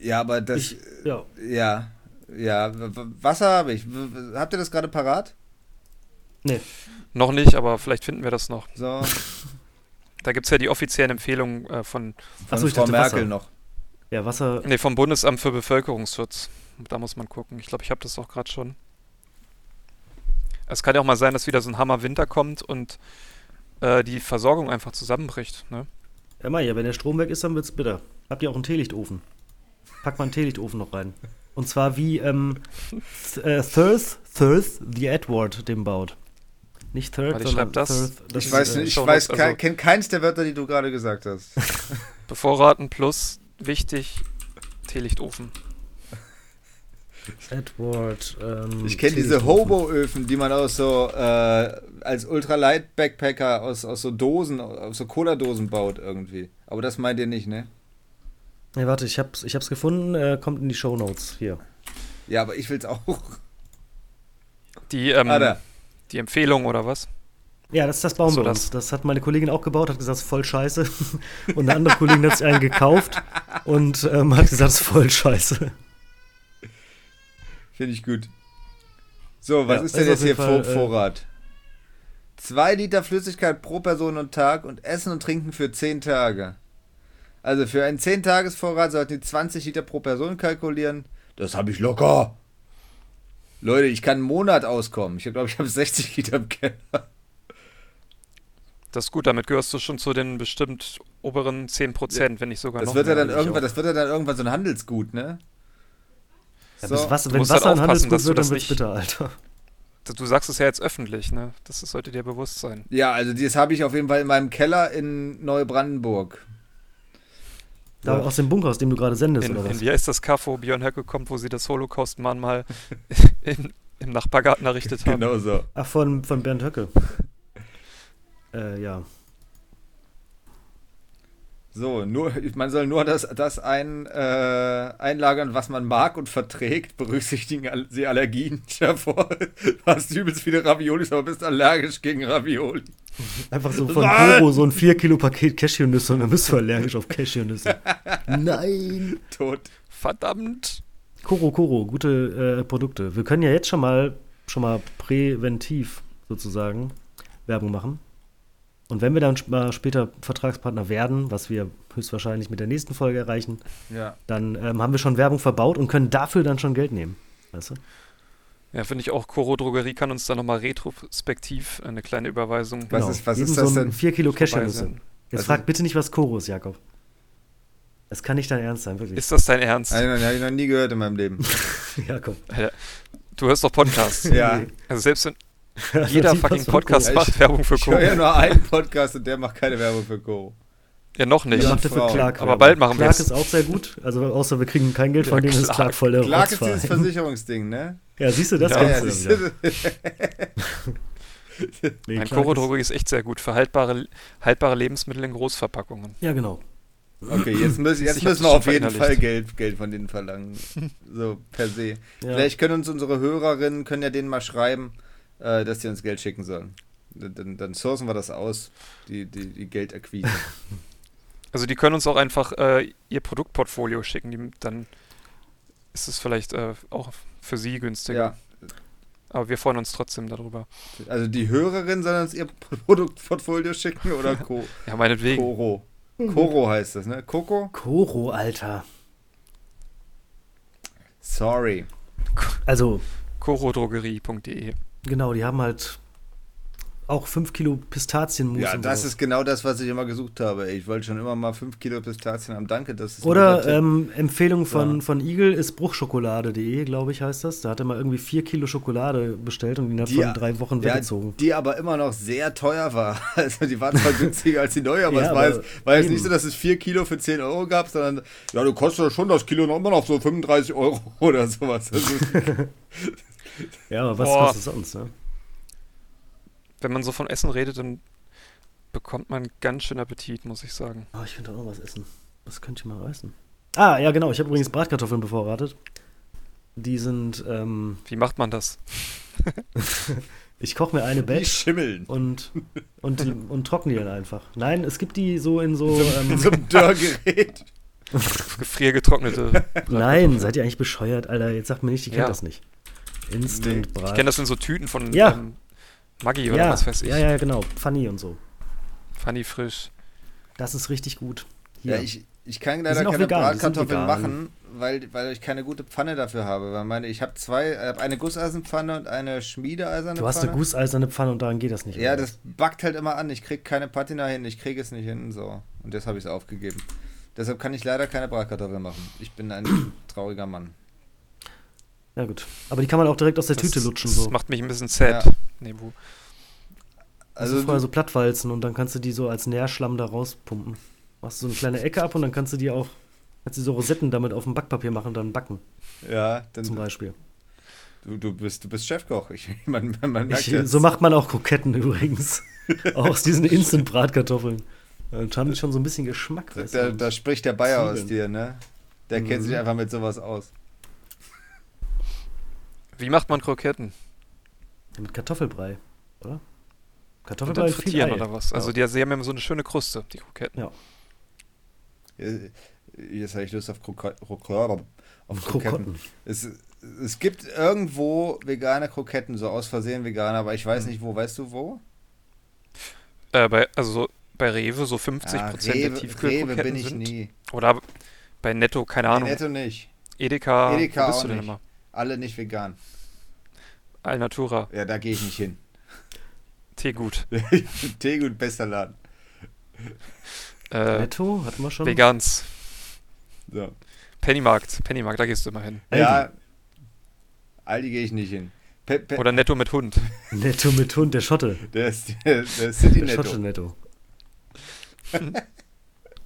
Speaker 3: Ja, aber das.
Speaker 1: Ich- ja.
Speaker 3: Ja, ja. w- w- Wasser habe ich. W- w- Habt ihr das gerade parat?
Speaker 2: Noch nicht, aber vielleicht finden wir das noch.
Speaker 3: So,
Speaker 2: Da gibt es ja die offiziellen Empfehlungen äh, von,
Speaker 3: von
Speaker 1: Achso, ich
Speaker 3: Frau
Speaker 1: dachte Wasser.
Speaker 3: Merkel noch.
Speaker 1: Ja, Wasser.
Speaker 2: nee, vom Bundesamt für Bevölkerungsschutz. Da muss man gucken. Ich glaube, ich habe das auch gerade schon. Es kann ja auch mal sein, dass wieder so ein Hammerwinter kommt und äh, die Versorgung einfach zusammenbricht. Ne?
Speaker 1: Ja, Maja, wenn der Strom weg ist, dann wird's bitter. Habt ihr auch einen Teelichtofen? Pack mal einen Teelichtofen noch rein. Und zwar wie ähm, Th- äh, Thirth, Thirth the Edward dem baut. Nicht Third,
Speaker 2: Warte, ich
Speaker 1: sondern
Speaker 2: schreib das.
Speaker 1: Thirth.
Speaker 3: Ich
Speaker 1: ist,
Speaker 3: weiß
Speaker 1: äh,
Speaker 3: nicht, ich
Speaker 2: schon
Speaker 3: weiß,
Speaker 2: was,
Speaker 3: kein,
Speaker 2: also-
Speaker 3: kenn keins der Wörter, die du gerade gesagt hast.
Speaker 1: Hm,
Speaker 2: Bevorraten plus wichtig Teelichtofen.
Speaker 1: Edward. Ähm,
Speaker 3: Ich kenne diese
Speaker 1: Teelichtofen.
Speaker 3: Hobo-Öfen, die man aus so, äh, als Ultralight-Backpacker aus, aus so Dosen, aus so Cola-Dosen baut irgendwie. Aber das meint ihr nicht, ne?
Speaker 1: Nee, warte, ich hab's, ich hab's gefunden. Äh, kommt in die Shownotes hier.
Speaker 3: Ja, aber ich will's auch. <laughs>
Speaker 2: Die, ähm,
Speaker 3: Ah, da.
Speaker 2: die Empfehlung oder was?
Speaker 1: Ja, das, das bauen
Speaker 2: So,
Speaker 1: wir
Speaker 2: das-
Speaker 1: uns. Das hat meine Kollegin auch gebaut, hat gesagt, es ist voll scheiße. <laughs> Und eine andere Kollegin hat sich einen gekauft und ähm, hat gesagt, es ist voll scheiße.
Speaker 3: Finde ich gut. So, was
Speaker 1: Ja,
Speaker 3: ist denn
Speaker 1: ist
Speaker 3: jetzt
Speaker 1: auf
Speaker 3: hier
Speaker 1: jeden Fall, äh,
Speaker 3: Vor Vorrat? Zwei Liter Flüssigkeit pro Person und Tag und Essen und Trinken für zehn Tage. Also für einen 10-Tages-Vorrat sollten die 20 Liter pro Person kalkulieren. Das habe ich locker. Leute, ich kann einen Monat auskommen. Ich glaube, ich habe 60 Liter im Keller.
Speaker 2: Das ist gut, damit gehörst du schon zu den bestimmt oberen 10%, wenn nicht sogar
Speaker 3: Das
Speaker 2: noch
Speaker 3: wird, ja
Speaker 2: mehr.
Speaker 3: dann irgendwann, das wird ja dann irgendwann so ein Handelsgut, ne?
Speaker 1: Ja,
Speaker 3: So.
Speaker 1: bis was, wenn
Speaker 2: musst halt
Speaker 1: Wasser ein
Speaker 2: aufpassen, dass
Speaker 1: Handelsgut wird,
Speaker 2: du
Speaker 1: dann
Speaker 2: das
Speaker 1: wird's
Speaker 2: nicht-
Speaker 1: bitter, Alter.
Speaker 2: Du- Du sagst es ja jetzt öffentlich, ne? Das das sollte dir bewusst sein.
Speaker 3: Ja, also das habe ich auf jeden Fall in meinem Keller in Neubrandenburg.
Speaker 1: Da,
Speaker 3: Ja.
Speaker 1: Aus dem Bunker, aus dem du gerade sendest,
Speaker 2: In,
Speaker 1: oder was?
Speaker 2: in wie heißt das Kaffo Björn Höcke kommt, wo sie das
Speaker 3: <laughs>
Speaker 2: Holocaust-Mahnmal im, im Nachbargarten errichtet haben.
Speaker 3: Genau so.
Speaker 1: Ach, von, von Bernd Höcke. äh, ja.
Speaker 3: So, nur, man soll nur das, das ein, äh, einlagern, was man mag und verträgt, berücksichtigen all- sie Allergien <laughs> davor. Du hast übelst viele Raviolis, aber bist allergisch gegen Ravioli.
Speaker 1: Einfach so von
Speaker 3: Nein!
Speaker 1: Goro so ein 4-Kilo-Paket Cashewnüsse und dann bist du allergisch auf Cashewnüsse. Nein!
Speaker 3: Tot.
Speaker 2: Verdammt!
Speaker 1: Koro Koro, gute äh, Produkte. Wir können ja jetzt schon mal, schon mal präventiv sozusagen Werbung machen. Und wenn wir dann mal später Vertragspartner werden, was wir höchstwahrscheinlich mit der nächsten Folge erreichen,
Speaker 3: Ja.
Speaker 1: dann ähm, haben wir schon Werbung verbaut und können dafür dann schon Geld nehmen. Weißt du?
Speaker 2: Ja, finde ich auch, Koro Drogerie kann uns da nochmal retrospektiv eine kleine Überweisung
Speaker 1: Genau.
Speaker 3: Was ist- was
Speaker 1: Eben
Speaker 3: ist das
Speaker 1: so ein
Speaker 3: denn?
Speaker 1: 4 Kilo
Speaker 2: dabei
Speaker 1: Cashewnüsse.
Speaker 2: sein.
Speaker 1: Jetzt
Speaker 3: Also-
Speaker 1: frag bitte nicht, was Koro ist, Jakob. Das kann nicht dein Ernst sein, wirklich.
Speaker 2: Ist das dein Ernst?
Speaker 3: Einen habe ich noch nie gehört in meinem Leben.
Speaker 1: <laughs> Jakob.
Speaker 2: Du hörst doch Podcasts.
Speaker 3: <laughs> Ja.
Speaker 2: Also selbst wenn
Speaker 3: Also
Speaker 1: Das <laughs>
Speaker 2: jeder
Speaker 1: ist was
Speaker 2: fucking
Speaker 1: von
Speaker 2: Podcast
Speaker 3: Koro.
Speaker 2: macht Werbung für
Speaker 3: Ich höre ja
Speaker 2: Koro.
Speaker 3: nur einen Podcast und der macht keine Werbung für Koro.
Speaker 2: Ja, noch
Speaker 1: Koro.
Speaker 2: nicht.
Speaker 1: Ich
Speaker 3: Ja.
Speaker 1: machte für
Speaker 3: Frau.
Speaker 1: Clark.
Speaker 2: Aber bald machen wir
Speaker 1: Clark
Speaker 2: es.
Speaker 1: ist auch sehr gut. Also außer wir kriegen kein Geld
Speaker 2: Ja,
Speaker 1: von denen, ist
Speaker 2: Clark.
Speaker 1: Clark voll der
Speaker 3: Clark ist dieses
Speaker 1: Rotzverein.
Speaker 3: Versicherungsding, ne?
Speaker 1: Ja, siehst du, das
Speaker 2: Ja,
Speaker 1: kannst
Speaker 3: ja,
Speaker 1: du
Speaker 3: siehst
Speaker 1: wieder.
Speaker 3: du.
Speaker 1: <laughs> Nee,
Speaker 2: Ein
Speaker 1: Clark
Speaker 2: Koro
Speaker 1: ist-
Speaker 2: Drogerie ist echt sehr gut für haltbare, haltbare Lebensmittel in Großverpackungen.
Speaker 1: Ja, genau.
Speaker 3: Okay, jetzt, <laughs> müssen, jetzt
Speaker 2: Ich hab's
Speaker 3: müssen wir
Speaker 2: schon
Speaker 3: auf jeden Fall
Speaker 2: verinnerlicht.
Speaker 3: Geld, Geld von denen verlangen. So, per se.
Speaker 1: Ja.
Speaker 3: Vielleicht können uns unsere Hörerinnen, können ja denen mal schreiben, äh, dass die uns Geld schicken sollen. Dann, dann- dann sourcen wir das aus, die, die, die Geldakquise.
Speaker 2: Also die können uns auch einfach äh, ihr Produktportfolio schicken, die, dann ist es vielleicht äh, auch für sie günstiger.
Speaker 3: ja.
Speaker 2: Aber wir freuen uns trotzdem darüber.
Speaker 3: Also die Hörerinnen sollen uns ihr <laughs> Produktportfolio schicken oder Co
Speaker 2: Ja, meinetwegen.
Speaker 3: Koro. Koro heißt das, ne? Koko?
Speaker 1: Koro, Alter.
Speaker 3: Sorry.
Speaker 1: Also,
Speaker 2: korodrogerie.de.
Speaker 1: genau, die haben halt auch 5 Kilo Pistazienmus.
Speaker 3: Ja,
Speaker 1: und
Speaker 3: das
Speaker 1: sowas.
Speaker 3: ist genau das, was ich immer gesucht habe. ey. Ich wollte schon immer mal 5 Kilo Pistazien haben. Danke, das ist ein guter
Speaker 1: Oder
Speaker 3: Tipp.
Speaker 1: ähm, Empfehlung von,
Speaker 3: Ja.
Speaker 1: von Igel ist bruchschokolade.de, glaube ich, heißt das. Da hat er mal irgendwie 4 Kilo Schokolade bestellt und ihn hat
Speaker 3: Die-
Speaker 1: von drei Wochen
Speaker 3: ja,
Speaker 1: weggezogen.
Speaker 3: die aber immer noch sehr teuer war. <laughs> Also die waren zwar günstiger als die neue, aber
Speaker 1: Ja,
Speaker 3: es war,
Speaker 1: aber
Speaker 3: jetzt, war jetzt
Speaker 1: eben.
Speaker 3: nicht so, dass es 4 Kilo für 10 Euro gab, sondern ja, du kostest ja schon das Kilo noch immer noch so 35 Euro <laughs> oder sowas. Also,
Speaker 1: Ja, aber was
Speaker 2: Boah.
Speaker 1: kostet es sonst, ne?
Speaker 2: Wenn man so von Essen redet, dann bekommt man ganz schön Appetit, muss ich sagen.
Speaker 1: Oh, ich will doch auch was essen. Was könnte ich mal reißen? Ah, ja, genau. Ich habe übrigens Bratkartoffeln bevorratet. Die sind, ähm,
Speaker 2: Wie macht man
Speaker 3: <laughs>
Speaker 2: das?
Speaker 1: ich koche mir eine
Speaker 3: die
Speaker 1: Batch
Speaker 3: schimmeln.
Speaker 1: und, und, die, und trockne die dann einfach. Nein, es gibt die so in so.
Speaker 3: In
Speaker 1: Ähm,
Speaker 3: so einem Dörrgerät.
Speaker 2: Gefriergetrocknete.
Speaker 1: nein, seid ihr eigentlich bescheuert, Alter? Jetzt sagt mir nicht, die kennt
Speaker 2: Ja.
Speaker 1: das nicht.
Speaker 3: Nee.
Speaker 1: Instant
Speaker 2: Ich
Speaker 1: Brat.
Speaker 2: kenne das in so Tüten von
Speaker 1: Ja.
Speaker 2: ähm, Maggi oder
Speaker 1: ja,
Speaker 2: was weiß ich.
Speaker 1: ja, ja, genau. Funny und so.
Speaker 2: Fanny frisch.
Speaker 1: Das ist richtig gut. Hier.
Speaker 3: Ja, ich, ich kann
Speaker 1: sind
Speaker 3: leider
Speaker 1: auch
Speaker 3: keine
Speaker 1: vegan, die sind
Speaker 3: Bratkartoffeln
Speaker 1: vegan.
Speaker 3: machen, weil, weil ich keine gute Pfanne dafür habe. Weil meine, ich habe zwei, ich hab eine Gusseisenpfanne und eine Schmiedeeiserne
Speaker 1: du hast eine
Speaker 3: Pfanne.
Speaker 1: gusseiserne Pfanne und daran geht das nicht.
Speaker 3: ja,
Speaker 1: oder?
Speaker 3: das backt halt immer an. Ich krieg keine Patina hin, ich krieg es nicht hin. So. Und das habe ich aufgegeben. Deshalb kann ich leider keine Bratkartoffeln machen. Ich bin ein <clears throat> trauriger Mann.
Speaker 1: ja, gut. Aber die kann man auch direkt aus der Tüte
Speaker 2: das,
Speaker 1: lutschen.
Speaker 2: das
Speaker 1: So.
Speaker 2: macht mich ein bisschen sad.
Speaker 3: Ja.
Speaker 2: Nee, wo-
Speaker 1: Also
Speaker 3: Also,
Speaker 1: vorher
Speaker 3: du,
Speaker 1: so plattwalzen und dann kannst du die so als Nährschlamm da rauspumpen. Machst du so eine kleine Ecke ab und dann kannst du die auch, kannst du so Rosetten damit auf dem Backpapier machen und dann backen,
Speaker 3: ja, dann,
Speaker 1: zum Beispiel.
Speaker 3: du, du, bist, du bist Chefkoch. Ich, <laughs> man, man, man merkt
Speaker 1: Ich,
Speaker 3: das.
Speaker 1: so macht man auch Kroketten <laughs> übrigens. auch aus diesen Instant-Bratkartoffeln. Und haben die schon so ein bisschen Geschmack. weißt
Speaker 3: da,
Speaker 1: du?
Speaker 3: da spricht der Bayer aus
Speaker 1: Zwiebeln.
Speaker 3: dir, ne? Der kennt sich einfach mit sowas aus.
Speaker 2: Wie macht man Kroketten?
Speaker 1: Ja, Mit Kartoffelbrei, oder?
Speaker 2: Und dann
Speaker 1: Kartoffelbrei und viel
Speaker 2: frittieren
Speaker 1: Ei.
Speaker 2: oder was? Also die, sie haben ja so eine schöne Kruste, die Kroketten.
Speaker 3: Jetzt habe ich Lust auf, Kroko Kroko auf Kroketten.
Speaker 1: Krokotten.
Speaker 3: Es, es gibt irgendwo vegane Kroketten, so aus Versehen vegane, aber ich weiß nicht wo. Weißt du wo?
Speaker 2: Äh, bei, also so bei Rewe so 50% der
Speaker 3: Ah, Rewe,
Speaker 2: Tiefkühlkroketten
Speaker 3: Rewe bin ich
Speaker 2: sind.
Speaker 3: nie.
Speaker 2: Oder bei Netto, keine
Speaker 3: Nee,
Speaker 2: Ahnung.
Speaker 3: Netto nicht.
Speaker 2: Edeka,
Speaker 3: Edeka
Speaker 2: wo bist
Speaker 3: auch
Speaker 2: du denn
Speaker 3: nicht.
Speaker 2: immer?
Speaker 3: Alle nicht vegan.
Speaker 2: Alnatura,
Speaker 3: Ja, da gehe ich nicht hin.
Speaker 2: Teegut,
Speaker 3: Teegut, bester Laden.
Speaker 2: äh,
Speaker 1: Netto hatten wir schon.
Speaker 2: Vegans,
Speaker 3: So.
Speaker 2: Pennymarkt, Pennymarkt, da gehst du immer hin.
Speaker 1: Aldi.
Speaker 3: Ja, Aldi gehe ich nicht hin. Pe Pe
Speaker 2: Oder Netto mit Hund.
Speaker 1: Netto mit Hund, der Schotte.
Speaker 3: der, ist, der, der City
Speaker 1: <laughs> Der Schottische
Speaker 3: Netto.
Speaker 1: Netto.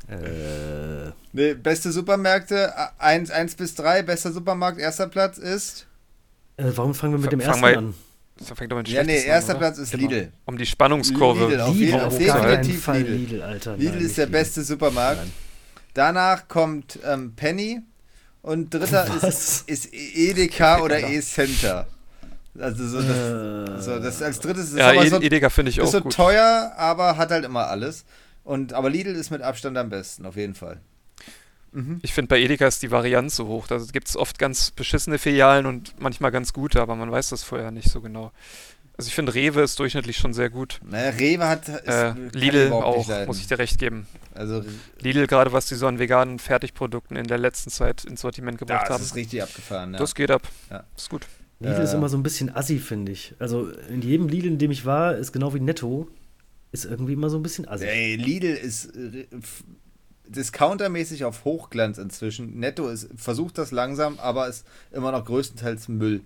Speaker 1: äh,
Speaker 3: Nee, beste Supermärkte, 1, eins bis 3, bester Supermarkt, erster Platz ist.
Speaker 1: äh, warum fangen wir mit
Speaker 2: F-
Speaker 1: dem
Speaker 2: fang
Speaker 1: ersten
Speaker 2: mal-
Speaker 1: an?
Speaker 2: Das fängt doch mit
Speaker 3: Ja, nee,
Speaker 2: Schlechtes an,
Speaker 3: erster
Speaker 2: oder?
Speaker 3: Platz ist
Speaker 2: Genau.
Speaker 3: Lidl.
Speaker 2: Um die Spannungskurve.
Speaker 3: Lidl, auf
Speaker 1: Lidl,
Speaker 3: jeden-
Speaker 1: auf
Speaker 3: definitiv
Speaker 1: keinen Fall
Speaker 3: Lidl.
Speaker 1: Lidl, Alter.
Speaker 3: Lidl
Speaker 1: Nein,
Speaker 3: ist der
Speaker 1: nicht
Speaker 3: beste Supermarkt.
Speaker 1: Nein.
Speaker 3: Danach kommt ähm, Penny und dritter <laughs>
Speaker 1: Was?
Speaker 3: ist, ist Edeka oder E-Center. Also so das,
Speaker 1: Lidl. Äh,
Speaker 3: so das als drittes ist
Speaker 2: Ja,
Speaker 3: aber
Speaker 2: e
Speaker 3: so,
Speaker 2: Edeka finde ich auch
Speaker 3: ist so
Speaker 2: gut.
Speaker 3: teuer, aber hat halt immer alles. Und aber Lidl ist mit Abstand am besten, auf jeden Fall. Mhm.
Speaker 2: Ich finde, bei Edeka ist die Varianz so hoch. Da gibt es oft ganz beschissene Filialen und manchmal ganz gute, aber man weiß das vorher nicht so genau. Also ich finde, Rewe ist durchschnittlich schon sehr gut.
Speaker 3: Naja, Ne, Rewe hat. ist-
Speaker 2: Äh,
Speaker 3: kann ich
Speaker 2: Lidl
Speaker 3: überhaupt nicht
Speaker 2: auch,
Speaker 3: leiden.
Speaker 2: muss ich dir recht geben.
Speaker 3: Also,
Speaker 2: Lidl, gerade was die so an veganen Fertigprodukten in der letzten Zeit ins Sortiment gebracht
Speaker 3: das
Speaker 2: haben,
Speaker 3: ist richtig abgefahren. Ja.
Speaker 2: das geht ab.
Speaker 3: Ja.
Speaker 2: Ist gut.
Speaker 1: Lidl ist
Speaker 3: Äh.
Speaker 1: immer so ein bisschen assi, finde ich. Also in jedem Lidl, in dem ich war, ist genau wie Netto, ist irgendwie immer so ein bisschen assi.
Speaker 3: Ey, Lidl ist äh, f- discountermäßig auf Hochglanz inzwischen. Netto ist, versucht das langsam, aber ist immer noch größtenteils Müll.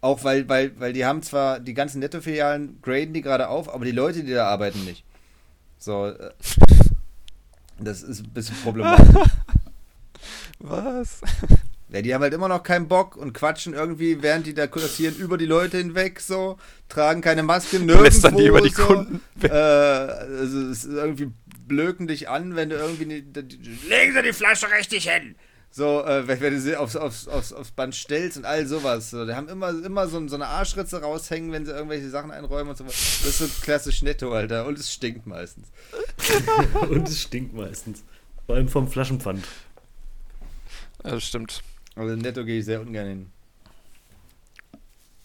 Speaker 3: Auch weil, weil, weil die haben zwar die ganzen Netto-Filialen, graden die gerade auf, aber die Leute, die da arbeiten, nicht. So, äh, das ist ein bisschen problematisch.
Speaker 2: Was?
Speaker 3: Ja, die haben halt immer noch keinen Bock und quatschen irgendwie, während die da kursieren, über die Leute hinweg so, tragen keine Maske, nirgendwo.
Speaker 2: <laughs> Lästern die über die
Speaker 3: so.
Speaker 2: Kunden
Speaker 3: Äh, also es ist irgendwie blöken dich an, wenn du irgendwie... nie- d- d- Legen Sie die Flasche richtig hin! So, äh, wenn, wenn du sie aufs, aufs, aufs, aufs Band stellst und all sowas. So, die haben immer, immer so, so eine Arschritze raushängen, wenn sie irgendwelche Sachen einräumen und so. was. Das ist so klassisch netto, Alter. Und es stinkt meistens.
Speaker 1: <laughs> Und es stinkt meistens. Vor allem vom Flaschenpfand.
Speaker 2: Also stimmt.
Speaker 3: Also netto gehe ich sehr ungern hin.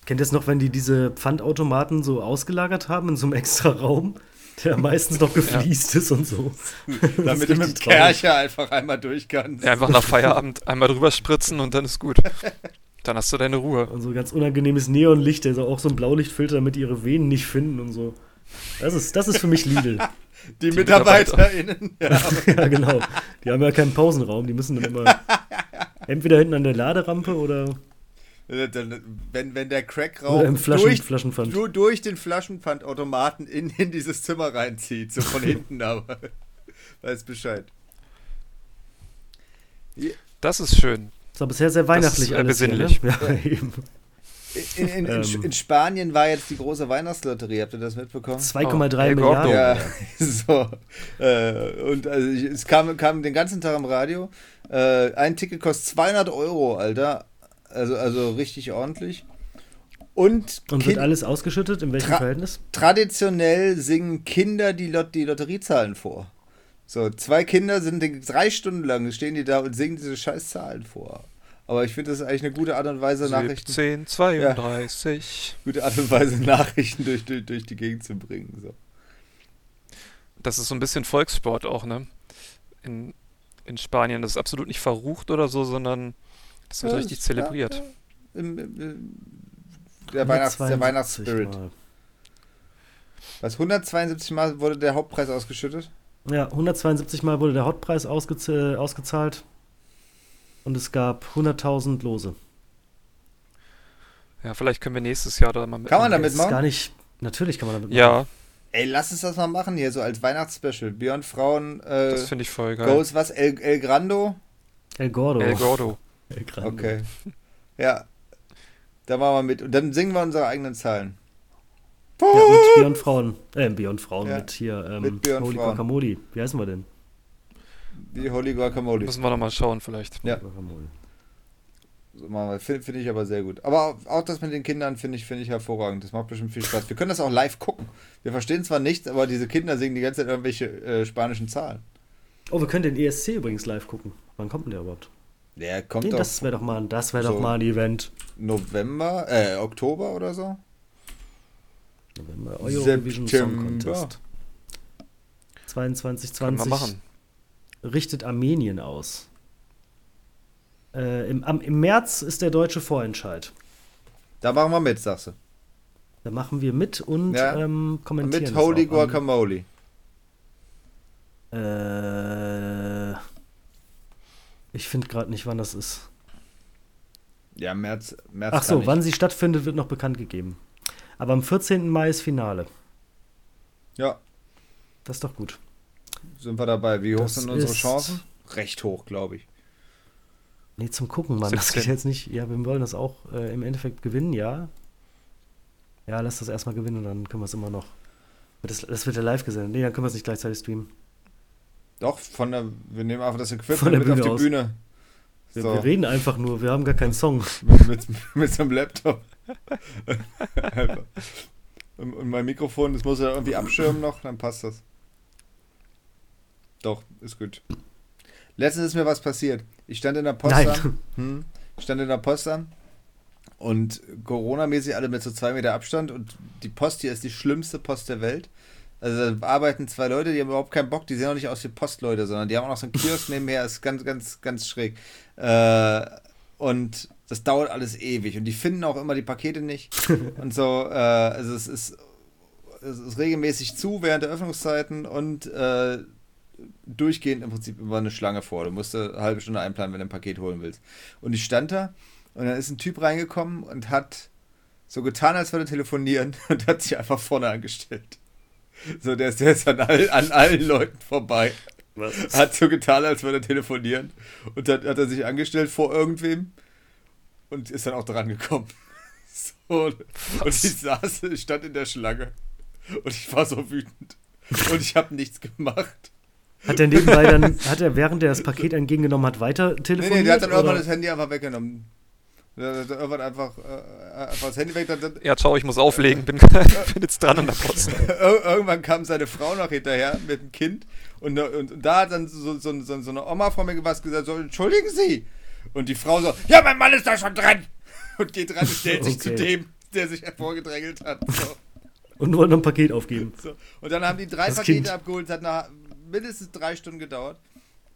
Speaker 1: Kennt ihr es noch, wenn die diese Pfandautomaten so ausgelagert haben in so einem extra Raum, der meistens noch gefliest ist und so?
Speaker 3: Damit du mit dem
Speaker 1: richtig traurig.
Speaker 3: Kercher einfach einmal durch kannst.
Speaker 2: Ja, einfach nach
Speaker 3: <laughs>
Speaker 2: Feierabend einmal drüber spritzen und dann ist gut. Dann hast du deine Ruhe.
Speaker 1: Und so ganz unangenehmes Neonlicht, der so auch so ein Blaulichtfilter, damit die ihre Venen nicht finden und so. Das ist, das ist für mich Lidl.
Speaker 3: <laughs> Die,
Speaker 2: Die
Speaker 3: MitarbeiterInnen. Ja.
Speaker 1: ja, genau. Die haben ja keinen Pausenraum, die müssen dann immer entweder hinten an der Laderampe oder,
Speaker 3: Äh, Dann, wenn, wenn der Crackrauch
Speaker 1: oder im Flaschen,
Speaker 3: durch,
Speaker 1: Flaschenpfand.
Speaker 3: du, durch den Flaschenpfandautomaten in, in dieses Zimmer reinzieht,
Speaker 1: <laughs>
Speaker 3: so von hinten, aber <laughs> weiß Bescheid.
Speaker 2: Das ist schön.
Speaker 1: Das war bisher sehr weihnachtlich
Speaker 2: äh,
Speaker 1: alles. hier, ne?
Speaker 2: besinnlich.
Speaker 1: Ja, <laughs> eben.
Speaker 3: In, in, in,
Speaker 1: Ähm.
Speaker 3: in Spanien war jetzt die große Weihnachtslotterie, habt ihr das mitbekommen?
Speaker 1: 2,3
Speaker 2: El Gordo.
Speaker 1: Milliarden.
Speaker 3: Ja, <laughs> so. Äh, und also ich, es kam, kam den ganzen Tag im Radio. Äh, ein Ticket kostet 200 Euro, Alter. Also, also richtig ordentlich. Und,
Speaker 1: Und wird
Speaker 3: Kind-
Speaker 1: alles ausgeschüttet? In welchem
Speaker 3: Tra-
Speaker 1: Verhältnis?
Speaker 3: traditionell singen Kinder die, Lot die Lotteriezahlen vor. So, zwei Kinder sind den- drei Stunden lang, stehen die da und singen diese scheiß Zahlen vor. Aber ich finde, das ist eigentlich eine gute Art und Weise, Nachrichten,
Speaker 2: 17, 32.
Speaker 3: gute Art und Weise, <laughs> Nachrichten durch, durch, durch die Gegend zu bringen. So.
Speaker 2: Das ist so ein bisschen Volkssport auch, ne? In, in Spanien. Das ist absolut nicht verrucht oder so, sondern das wird
Speaker 3: Ja,
Speaker 2: richtig
Speaker 3: das-
Speaker 2: zelebriert.
Speaker 3: ja, Im, im, im, der, Weihnachts-, der
Speaker 1: 172
Speaker 3: Weihnachtsspirit.
Speaker 1: Mal.
Speaker 3: Was, 172 Mal wurde der Hauptpreis ausgeschüttet?
Speaker 1: Ja, 172 Mal wurde der Hotpreis ausgez äh, ausgezahlt. Und es gab 100.000 Lose.
Speaker 2: Ja, vielleicht können wir nächstes Jahr da mal mit.
Speaker 3: Kann man da
Speaker 1: Das ist
Speaker 3: mitmachen?
Speaker 1: gar nicht. Natürlich kann man damit
Speaker 2: Ja,
Speaker 3: Ey, lass uns das mal machen hier, so als Weihnachtsspecial. Björn Frauen, äh,
Speaker 2: das finde ich voll geil.
Speaker 3: Goes was, El, El Grando?
Speaker 1: El Gordo.
Speaker 2: El Gordo.
Speaker 1: El Grande.
Speaker 3: Okay. <laughs> Ja. Da machen wir mit. Und dann singen wir unsere eigenen Zahlen.
Speaker 1: Ja, mit Beyond Frauen. Äh, Beyond Frauen
Speaker 3: Ja,
Speaker 1: mit hier. Ähm,
Speaker 3: mit Beyond
Speaker 1: Holy
Speaker 3: Frauen.
Speaker 1: Guacamole. Wie heißen wir denn?
Speaker 3: Die Holy Guacamole.
Speaker 2: Müssen wir nochmal schauen, vielleicht.
Speaker 3: Ja.
Speaker 1: Guacamole.
Speaker 3: So machen wir. Finde finde ich aber sehr gut. Aber auch- auch das mit den Kindern finde ich, finde ich hervorragend. Das macht bestimmt viel Spaß. Wir können das auch live gucken. Wir verstehen zwar nichts, aber diese Kinder singen die ganze Zeit irgendwelche äh, spanischen Zahlen.
Speaker 1: Oh, wir können den ESC übrigens live gucken. Wann kommt denn der überhaupt?
Speaker 3: Der kommt
Speaker 1: Nee,
Speaker 3: doch
Speaker 1: das wäre doch mal, ein- das wäre
Speaker 3: So.
Speaker 1: doch mal ein Event.
Speaker 3: November, äh, Oktober oder so.
Speaker 1: November, Eurovision Song
Speaker 3: September.
Speaker 1: Contest. 22,
Speaker 2: Können wir
Speaker 1: 20
Speaker 2: machen.
Speaker 1: richtet Armenien aus. Äh, im, am, Im März ist der deutsche Vorentscheid.
Speaker 3: Da machen wir mit, sagst du.
Speaker 1: Da machen wir mit und
Speaker 3: Ja.
Speaker 1: ähm, kommentieren.
Speaker 3: Mit
Speaker 1: das
Speaker 3: Holy
Speaker 1: auch am-
Speaker 3: Guacamole.
Speaker 1: Äh, ich finde gerade nicht, wann das ist.
Speaker 3: Ja, März, März.
Speaker 1: Ach so,
Speaker 3: kann
Speaker 1: wann sie stattfindet, wird noch bekannt gegeben. Aber am 14. Mai ist Finale.
Speaker 3: ich. Ja,
Speaker 1: Das ist doch gut.
Speaker 3: sind wir dabei. Wie hoch
Speaker 1: Das
Speaker 3: sind unsere
Speaker 1: ist-
Speaker 3: Chancen? Recht hoch, glaube ich.
Speaker 1: Nee, zum Gucken, Mann. Das
Speaker 2: 17.
Speaker 1: geht jetzt nicht. Ja, wir wollen das auch äh, im Endeffekt gewinnen, ja. Ja, lass das erstmal gewinnen und dann können wir es immer noch. Das, das wird ja live gesendet. Nee, dann können wir es nicht gleichzeitig streamen.
Speaker 3: Doch, von der, wir nehmen einfach das
Speaker 1: Von
Speaker 3: Equipment
Speaker 1: der Bühne
Speaker 3: mit auf die
Speaker 1: aus.
Speaker 3: Bühne.
Speaker 1: Wir,
Speaker 3: So.
Speaker 1: wir reden einfach nur, wir haben gar keinen
Speaker 3: <laughs>
Speaker 1: Song.
Speaker 3: mit, mit, mit so einem Laptop. Einfach. und, und mein Mikrofon, das muss er irgendwie abschirmen noch, dann passt das. Doch, ist gut. Letztens ist mir was passiert. Ich stand in der Post an.
Speaker 1: Nein.
Speaker 3: Hm, ich stand in der Post an Und Corona-mäßig alle mit so zwei Meter Abstand und die Post hier ist die schlimmste Post der Welt. Also da arbeiten zwei Leute, die haben überhaupt keinen Bock, die sehen auch nicht aus wie Postleute, sondern die haben auch noch so einen Kiosk nebenher, ist ganz, ganz, ganz schräg. Äh, und das dauert alles ewig und die finden auch immer die Pakete nicht und so. Äh, also es ist, es ist regelmäßig zu während der Öffnungszeiten und äh, durchgehend im Prinzip immer eine Schlange vor. Du musst eine halbe Stunde einplanen, wenn du ein Paket holen willst. Und ich stand da und dann ist ein Typ reingekommen und hat so getan, als würde er telefonieren <laughs> und hat sich einfach vorne angestellt. So, der ist, der ist an, all, an allen Leuten vorbei.
Speaker 1: Was?
Speaker 3: Hat so getan, als würde er telefonieren. Und dann hat er sich angestellt vor irgendwem und ist dann auch dran gekommen. <laughs> So, und ich saß, ich stand in der Schlange und ich war so wütend. Und ich habe nichts gemacht.
Speaker 1: Hat er nebenbei dann, hat er während er das Paket entgegengenommen hat, weiter
Speaker 3: Nee,
Speaker 1: telefoniert?
Speaker 3: nee, der hat dann irgendwann
Speaker 1: oder?
Speaker 3: das Handy einfach weggenommen. Der hat dann irgendwann einfach, äh, einfach das Handy weg.
Speaker 1: <laughs>
Speaker 3: Dann, dann,
Speaker 2: Ja, ciao, ich muss auflegen, bin, <laughs> bin jetzt dran an der Post.
Speaker 3: <laughs> Ir- irgendwann kam seine Frau noch hinterher mit dem Kind und, ne, und, und da hat dann so, so, so, so eine Oma von mir was gesagt, so, entschuldigen Sie. Und die Frau so, ja, mein Mann ist da schon dran. <laughs> Und geht dran und stellt sich zu
Speaker 1: Okay.
Speaker 3: dem, der sich hervorgedrängelt hat. So,
Speaker 1: Und wollte noch ein Paket aufgeben.
Speaker 3: so. Und dann haben die drei
Speaker 1: Das
Speaker 3: Pakete
Speaker 1: Kind.
Speaker 3: abgeholt, es hat nach mindestens drei Stunden gedauert.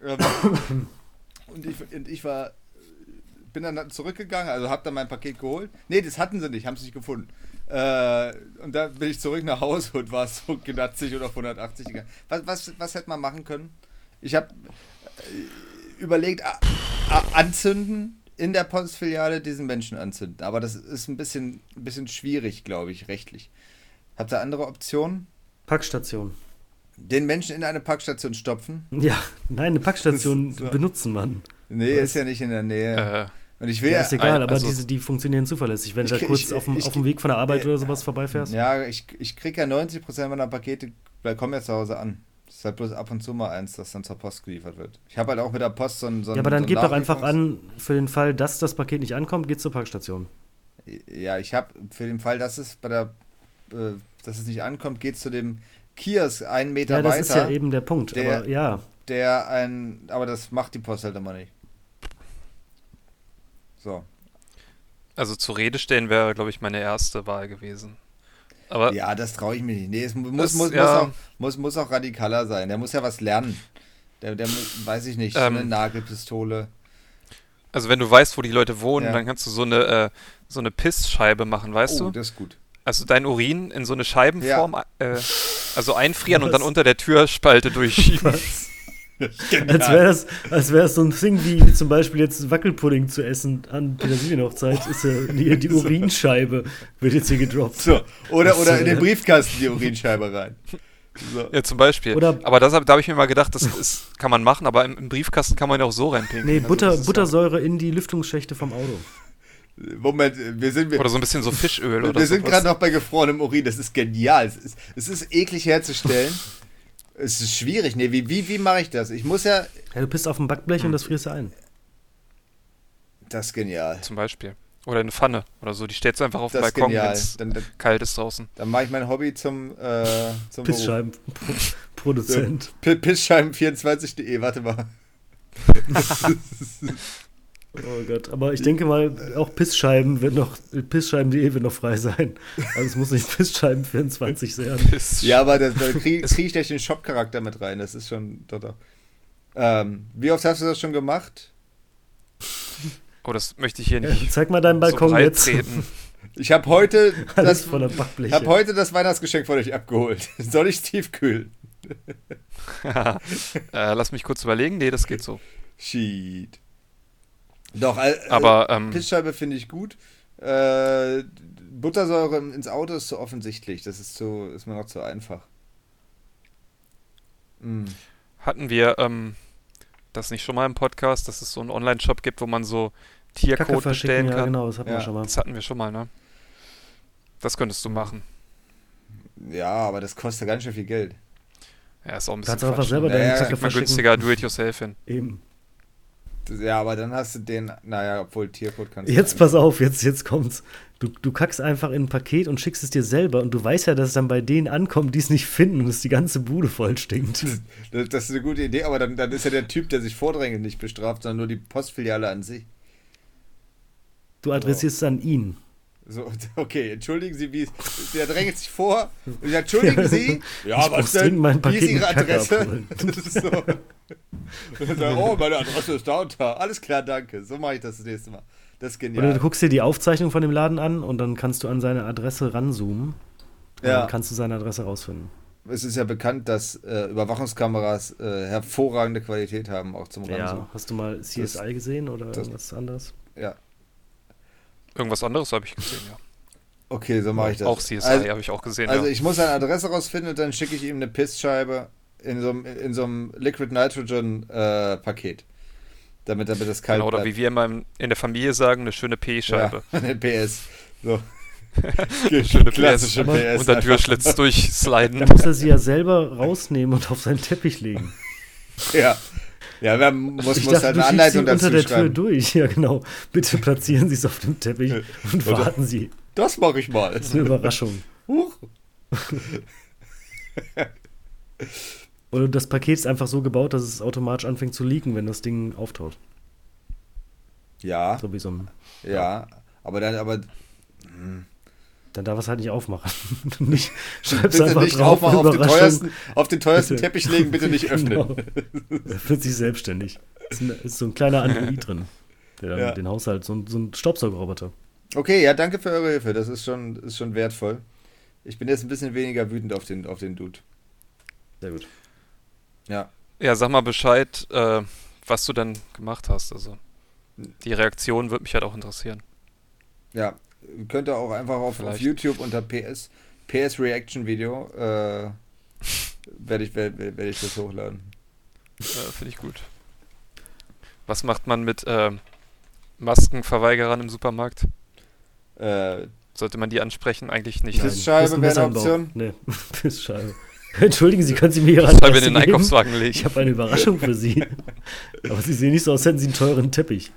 Speaker 3: Ähm,
Speaker 1: <laughs>
Speaker 3: und, ich, und ich war, bin dann zurückgegangen, also habe dann mein Paket geholt. Nee, das hatten sie nicht, haben sie nicht gefunden. Äh, und dann bin ich zurück nach Hause und war so knatzig oder auf 180 gegangen. Was, was, was hätte man machen können? Ich habe äh, überlegt, a, a, anzünden, in der Postfiliale diesen Menschen anzünden. Aber das ist ein bisschen, ein bisschen schwierig, glaube ich, rechtlich. Habt ihr andere Optionen?
Speaker 1: Packstation. <laughs>
Speaker 3: Den Menschen in eine Packstation stopfen?
Speaker 1: Ja, nein, eine Packstation
Speaker 3: Das ist so.
Speaker 1: benutzen, Mann.
Speaker 3: Nee,
Speaker 1: Was?
Speaker 3: ist ja nicht in der Nähe.
Speaker 2: Äh,
Speaker 3: Und ich will
Speaker 1: Ja,
Speaker 3: ja,
Speaker 1: ist egal, aber
Speaker 2: also-
Speaker 1: diese, die funktionieren zuverlässig. Wenn
Speaker 3: Ich
Speaker 1: du da
Speaker 3: krieg-
Speaker 1: kurz
Speaker 3: ich-
Speaker 1: auf, dem,
Speaker 3: ich
Speaker 1: auf dem Weg von der Arbeit
Speaker 3: krieg-
Speaker 1: oder sowas vorbeifährst.
Speaker 3: Ja, ich, ich kriege ja 90% meiner Pakete, weil kommen ja zu Hause an. Das ist halt bloß ab und zu mal eins, das dann zur Post geliefert wird. Ich habe halt auch mit der Post so ein. So ein
Speaker 1: Ja, aber dann
Speaker 3: so ein
Speaker 1: gib doch einfach
Speaker 3: Nachrüstungs-
Speaker 1: an, für den Fall, dass das Paket nicht ankommt, geht zur Packstation.
Speaker 3: Ja, ich habe für den Fall, dass es bei der. Äh, dass es nicht ankommt, geht zu dem Kiosk einen Meter
Speaker 1: Ja, das ist ja
Speaker 3: weiter,
Speaker 1: eben der Punkt.
Speaker 3: der-
Speaker 1: aber ja,
Speaker 3: <laughs> der ein. Aber das macht die Post halt immer nicht. So.
Speaker 2: also zur Rede stellen wäre, glaube ich, meine erste Wahl gewesen. Aber
Speaker 3: Ja, das traue ich mir nicht. Nee, es mu- muss,
Speaker 2: Äh. Das-
Speaker 3: muss,
Speaker 2: ja.
Speaker 3: muss, auch, muss, muss auch radikaler sein. Der muss ja was lernen. Der, der mu- weiß ich nicht,
Speaker 2: Ähm.
Speaker 3: eine Nagelpistole.
Speaker 2: also wenn du weißt, wo die Leute wohnen,
Speaker 3: Ja.
Speaker 2: dann kannst du so eine, äh, so eine Pissscheibe machen, weißt
Speaker 3: oh,
Speaker 2: du?
Speaker 3: das ist gut.
Speaker 2: Also dein Urin in so eine Scheibenform, äh, also einfrieren und dann unter der Türspalte durchschieben.
Speaker 1: <laughs> als wäre das, als wär das so ein Ding wie zum Beispiel jetzt Wackelpudding zu essen an Petersilienhochzeit, ist ja die,
Speaker 3: <laughs>
Speaker 1: die Urinscheibe, wird jetzt hier gedroppt.
Speaker 3: So, oder,
Speaker 1: Das,
Speaker 3: oder in
Speaker 1: äh,
Speaker 3: den Briefkasten die Urinscheibe rein. So.
Speaker 2: Ja, zum Beispiel.
Speaker 1: Oder-
Speaker 2: aber das, hab- da habe ich mir mal gedacht, das ist, kann man machen, aber im, im Briefkasten kann man ja auch so reinpinkeln.
Speaker 1: Nee,
Speaker 2: Also
Speaker 1: Butter,
Speaker 2: das ist
Speaker 1: Buttersäure in die Lüftungsschächte vom Auto.
Speaker 3: Moment, wir sind,
Speaker 2: Ja,
Speaker 3: wir,
Speaker 2: oder so ein bisschen so Fischöl oder
Speaker 3: wir sind
Speaker 2: sowas.
Speaker 3: gerade noch bei gefrorenem Urin. Das ist genial. Es ist, es ist
Speaker 2: <laughs>
Speaker 3: eklig herzustellen. es ist schwierig. Nee, wie, wie, wie mache ich das? Ich muss ja.
Speaker 1: Ja, du pisst auf dem Backblech
Speaker 3: Hm.
Speaker 1: und das frierst du ein.
Speaker 3: Das ist genial.
Speaker 2: Zum Beispiel. Oder eine Pfanne oder so. Die stellst du einfach auf den
Speaker 3: Das ist
Speaker 2: Balkon, wenn
Speaker 3: genial.
Speaker 2: es
Speaker 3: Dann, dann,
Speaker 2: kalt ist draußen.
Speaker 3: dann mache ich mein Hobby zum, äh, zum Beruf.
Speaker 1: Pissscheibenproduzent.
Speaker 3: Ähm, P- Pissscheiben24.de, warte mal.
Speaker 1: Oh Gott, aber ich denke mal, auch Pissscheiben wird noch, Pissscheiben.de wird noch frei sein. Also es muss nicht Pissscheiben24 sein.
Speaker 3: Ja, aber das- da kriege krieg ich gleich den Shop-Charakter mit rein. Das ist schon. Doch, doch. Ähm, wie oft hast du das schon gemacht?
Speaker 2: Oh, das möchte ich hier
Speaker 1: Ja,
Speaker 2: nicht.
Speaker 1: zeig mal deinen Balkon
Speaker 2: so breit
Speaker 1: jetzt.
Speaker 2: treten. <laughs>
Speaker 3: Ich habe heute,
Speaker 1: <laughs> Alles
Speaker 3: das-
Speaker 1: voller
Speaker 3: ich
Speaker 1: Backbleche.
Speaker 3: hab heute das Weihnachtsgeschenk von euch abgeholt. <laughs> Soll ich tiefkühlen?
Speaker 2: äh, lass mich kurz überlegen. Nee, das geht
Speaker 3: <laughs>
Speaker 2: so.
Speaker 3: Shit. Doch, äh,
Speaker 2: Aber
Speaker 3: äh,
Speaker 2: ähm,
Speaker 3: Pissscheibe finde ich gut. Äh, Buttersäure ins Auto ist zu offensichtlich. Das ist, zu, ist mir noch zu einfach. Mm.
Speaker 2: hatten wir ähm, das nicht schon mal im Podcast, dass es so einen Online-Shop gibt, wo man so
Speaker 1: Kacke verschicken,
Speaker 2: Tiercode bestellen
Speaker 1: ja
Speaker 2: kann?
Speaker 1: genau, das hatten
Speaker 3: Ja.
Speaker 1: wir schon mal.
Speaker 2: Das hatten wir schon mal, ne? Das könntest du machen.
Speaker 3: Ja, aber das kostet ganz schön viel Geld.
Speaker 2: Ja, ist auch ein bisschen
Speaker 1: Kannst du einfach
Speaker 2: Quatsch,
Speaker 1: selber
Speaker 2: ne?
Speaker 1: deine
Speaker 3: Naja,
Speaker 1: Kacke
Speaker 2: Kriegt man
Speaker 1: verschicken.
Speaker 2: günstiger Do-it-yourself hin.
Speaker 1: Eben.
Speaker 3: Ja, aber dann hast du den, naja, obwohl Tiercode kannst du
Speaker 1: Jetzt
Speaker 3: ein-
Speaker 1: pass auf, jetzt, jetzt kommt's. Du, du kackst einfach in ein Paket und schickst es dir selber und du weißt ja, dass es dann bei denen ankommt, die es nicht finden und es die ganze Bude voll stinkt.
Speaker 3: Hm. Das, das ist eine gute Idee, aber dann, dann ist ja der Typ, der sich vordrängelt, nicht bestraft, sondern nur die Postfiliale an sich.
Speaker 1: Du adressierst es an ihn.
Speaker 3: So, <laughs> okay, entschuldigen Sie, wie der drängelt sich vor. Und sagt, entschuldigen Sie, ja,
Speaker 1: <laughs> Ich muss
Speaker 3: was
Speaker 1: dringend
Speaker 3: denn?
Speaker 1: mein
Speaker 3: Wie
Speaker 1: Paket
Speaker 3: ist Ihre
Speaker 1: mit Kacke
Speaker 3: Adresse?
Speaker 1: abholen.
Speaker 3: Das ist <laughs> so. Und dann sagt, oh, meine Adresse ist da und da. Alles klar, danke. So mache ich das das nächste Mal. Das ist
Speaker 1: Oder
Speaker 3: genial.
Speaker 1: du guckst dir die Aufzeichnung von dem Laden an und dann kannst du an seine Adresse ranzoomen. Und
Speaker 3: Ja.
Speaker 1: Dann kannst du seine Adresse rausfinden.
Speaker 3: Es ist ja bekannt, dass äh, Überwachungskameras äh, hervorragende Qualität haben, auch zum Ranzoomen.
Speaker 1: Ja. Hast du mal CSI gesehen oder
Speaker 3: das-
Speaker 1: irgendwas anderes?
Speaker 3: Ja.
Speaker 2: Irgendwas anderes habe ich gesehen, ja.
Speaker 3: Okay, so mache ich das.
Speaker 2: Auch CSI
Speaker 3: Also,
Speaker 2: habe ich auch gesehen,
Speaker 3: also
Speaker 2: ja.
Speaker 3: ich muss seine Adresse rausfinden und dann schicke ich ihm eine Pissscheibe in so einem, in so einem Liquid Nitrogen äh, Paket. Damit, damit das kalt
Speaker 2: genau, oder wie
Speaker 3: bleibt.
Speaker 2: wir in, meinem, in der Familie sagen, eine schöne P-Scheibe.
Speaker 3: halt Ja, <laughs> eine PS. So.
Speaker 2: <laughs> Schöne
Speaker 3: Klassische PS.
Speaker 2: Und dann
Speaker 3: <laughs>
Speaker 2: Türschlitz
Speaker 1: Da
Speaker 2: durchsliden.
Speaker 1: muss er sie ja selber rausnehmen und auf seinen Teppich legen.
Speaker 3: Ja. Ja, man muss,
Speaker 1: Ich
Speaker 3: muss
Speaker 1: dachte,
Speaker 3: halt
Speaker 1: du
Speaker 3: eine
Speaker 1: schiebst sie
Speaker 3: Anleitung
Speaker 1: unter
Speaker 3: dazu
Speaker 1: der Tür
Speaker 3: schreiben.
Speaker 1: durch. Ja, genau. Bitte platzieren Sie es auf dem Teppich und
Speaker 3: Oder-
Speaker 1: warten Sie.
Speaker 3: Das mache ich mal.
Speaker 1: Das ist eine Überraschung.
Speaker 3: Huch.
Speaker 1: Oder das Paket ist einfach so gebaut, dass es automatisch anfängt zu leaken, wenn das Ding auftaut.
Speaker 3: Ja,
Speaker 1: So wie so ein.
Speaker 3: ja. Aber dann, aber
Speaker 1: Dann darf er es halt nicht aufmachen. <laughs> nicht, schreib's
Speaker 3: bitte
Speaker 1: einfach
Speaker 3: nicht
Speaker 1: drauf.
Speaker 3: aufmachen, auf den
Speaker 1: Überraschung.
Speaker 3: teuersten, auf den teuersten
Speaker 1: Bitte.
Speaker 3: Teppich legen,
Speaker 1: <laughs>
Speaker 3: bitte nicht öffnen.
Speaker 1: Genau. Er wird sich selbstständig. Ist, ein, ist so ein
Speaker 3: <laughs>
Speaker 1: kleiner Android drin, der dann
Speaker 3: Ja.
Speaker 1: den Haushalt, so ein, so ein Staubsaugerroboter.
Speaker 3: Okay, ja, danke für eure Hilfe. Das ist schon, ist schon wertvoll. Ich bin jetzt ein bisschen weniger wütend auf den, auf den Dude.
Speaker 1: Sehr gut.
Speaker 3: Ja.
Speaker 2: Ja, sag mal Bescheid, äh, was du dann gemacht hast. Also die Reaktion würde mich halt auch interessieren.
Speaker 3: Ja. Könnt ihr auch einfach auf, auf
Speaker 2: Vielleicht.
Speaker 3: YouTube unter PS, PS Reaction Video, äh, werde ich, werd, werd ich das hochladen.
Speaker 2: Äh, Finde ich gut. Was macht man mit ähm, Maskenverweigerern im Supermarkt?
Speaker 3: Äh,
Speaker 2: Sollte man die ansprechen? Eigentlich nicht.
Speaker 1: Nein,
Speaker 3: Pissscheibe
Speaker 1: das ist ein
Speaker 3: wäre eine
Speaker 1: Messeranbau.
Speaker 3: Option?
Speaker 1: Nee, <laughs> Pissscheibe. Entschuldigen Sie, können Sie mir <laughs> Ihre
Speaker 2: Das habe ich
Speaker 1: Adresse
Speaker 2: in den
Speaker 1: geben?
Speaker 2: Einkaufswagen
Speaker 1: Ich
Speaker 2: legen.
Speaker 1: habe eine Überraschung für
Speaker 2: <laughs>
Speaker 1: Sie. Aber Sie sehen nicht so aus, als hätten Sie einen teuren Teppich.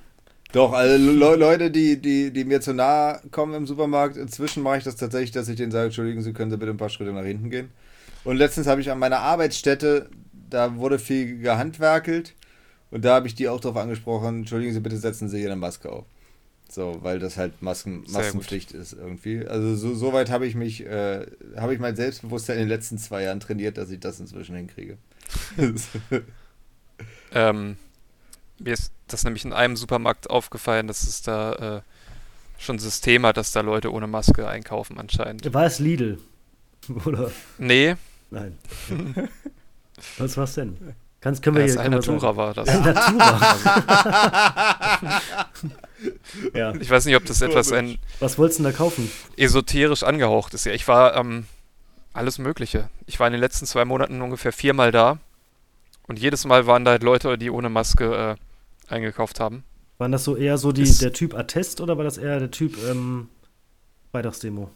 Speaker 3: Doch, also Le Leute, die, die, die mir zu nahe kommen im Supermarkt, inzwischen mache ich das tatsächlich, dass ich denen sage, entschuldigen Sie, können Sie bitte ein paar Schritte nach hinten gehen. Und letztens habe ich an meiner Arbeitsstätte, da wurde viel gehandwerkelt und da habe ich die auch darauf angesprochen, entschuldigen Sie, bitte setzen Sie hier eine Maske auf. So, weil das halt Masken,
Speaker 2: Sehr gut.
Speaker 3: Maskenpflicht ist irgendwie. Also so, so weit habe ich mich, äh, habe ich mein Selbstbewusstsein in den letzten zwei Jahren trainiert, dass ich das inzwischen
Speaker 2: <laughs>
Speaker 3: hinkriege. <laughs>
Speaker 2: Ähm, mir ist das nämlich in einem Supermarkt aufgefallen, dass es da äh, schon System hat, dass da Leute ohne Maske einkaufen anscheinend.
Speaker 1: War es Lidl? Oder?
Speaker 2: Nee,
Speaker 3: <laughs>
Speaker 1: Nein. Was war's denn? Kannst, können wir
Speaker 2: das
Speaker 1: hier.
Speaker 2: ist ein
Speaker 1: können wir sagen.
Speaker 2: Natura war das.
Speaker 1: Ein
Speaker 3: <laughs>
Speaker 1: Natura.
Speaker 2: also.
Speaker 1: ja.
Speaker 2: Ich weiß nicht, ob das etwas ein
Speaker 3: Komisch.
Speaker 1: Was wolltest du denn da kaufen?
Speaker 2: esoterisch angehaucht ist. Ja, ich war ähm, alles Mögliche. Ich war in den letzten zwei Monaten ungefähr viermal da und jedes Mal waren da halt Leute, die ohne Maske äh, eingekauft haben.
Speaker 1: Waren das so eher so die,
Speaker 2: Ist-
Speaker 1: der Typ Attest oder war das eher der Typ ähm, Freitagsdemo?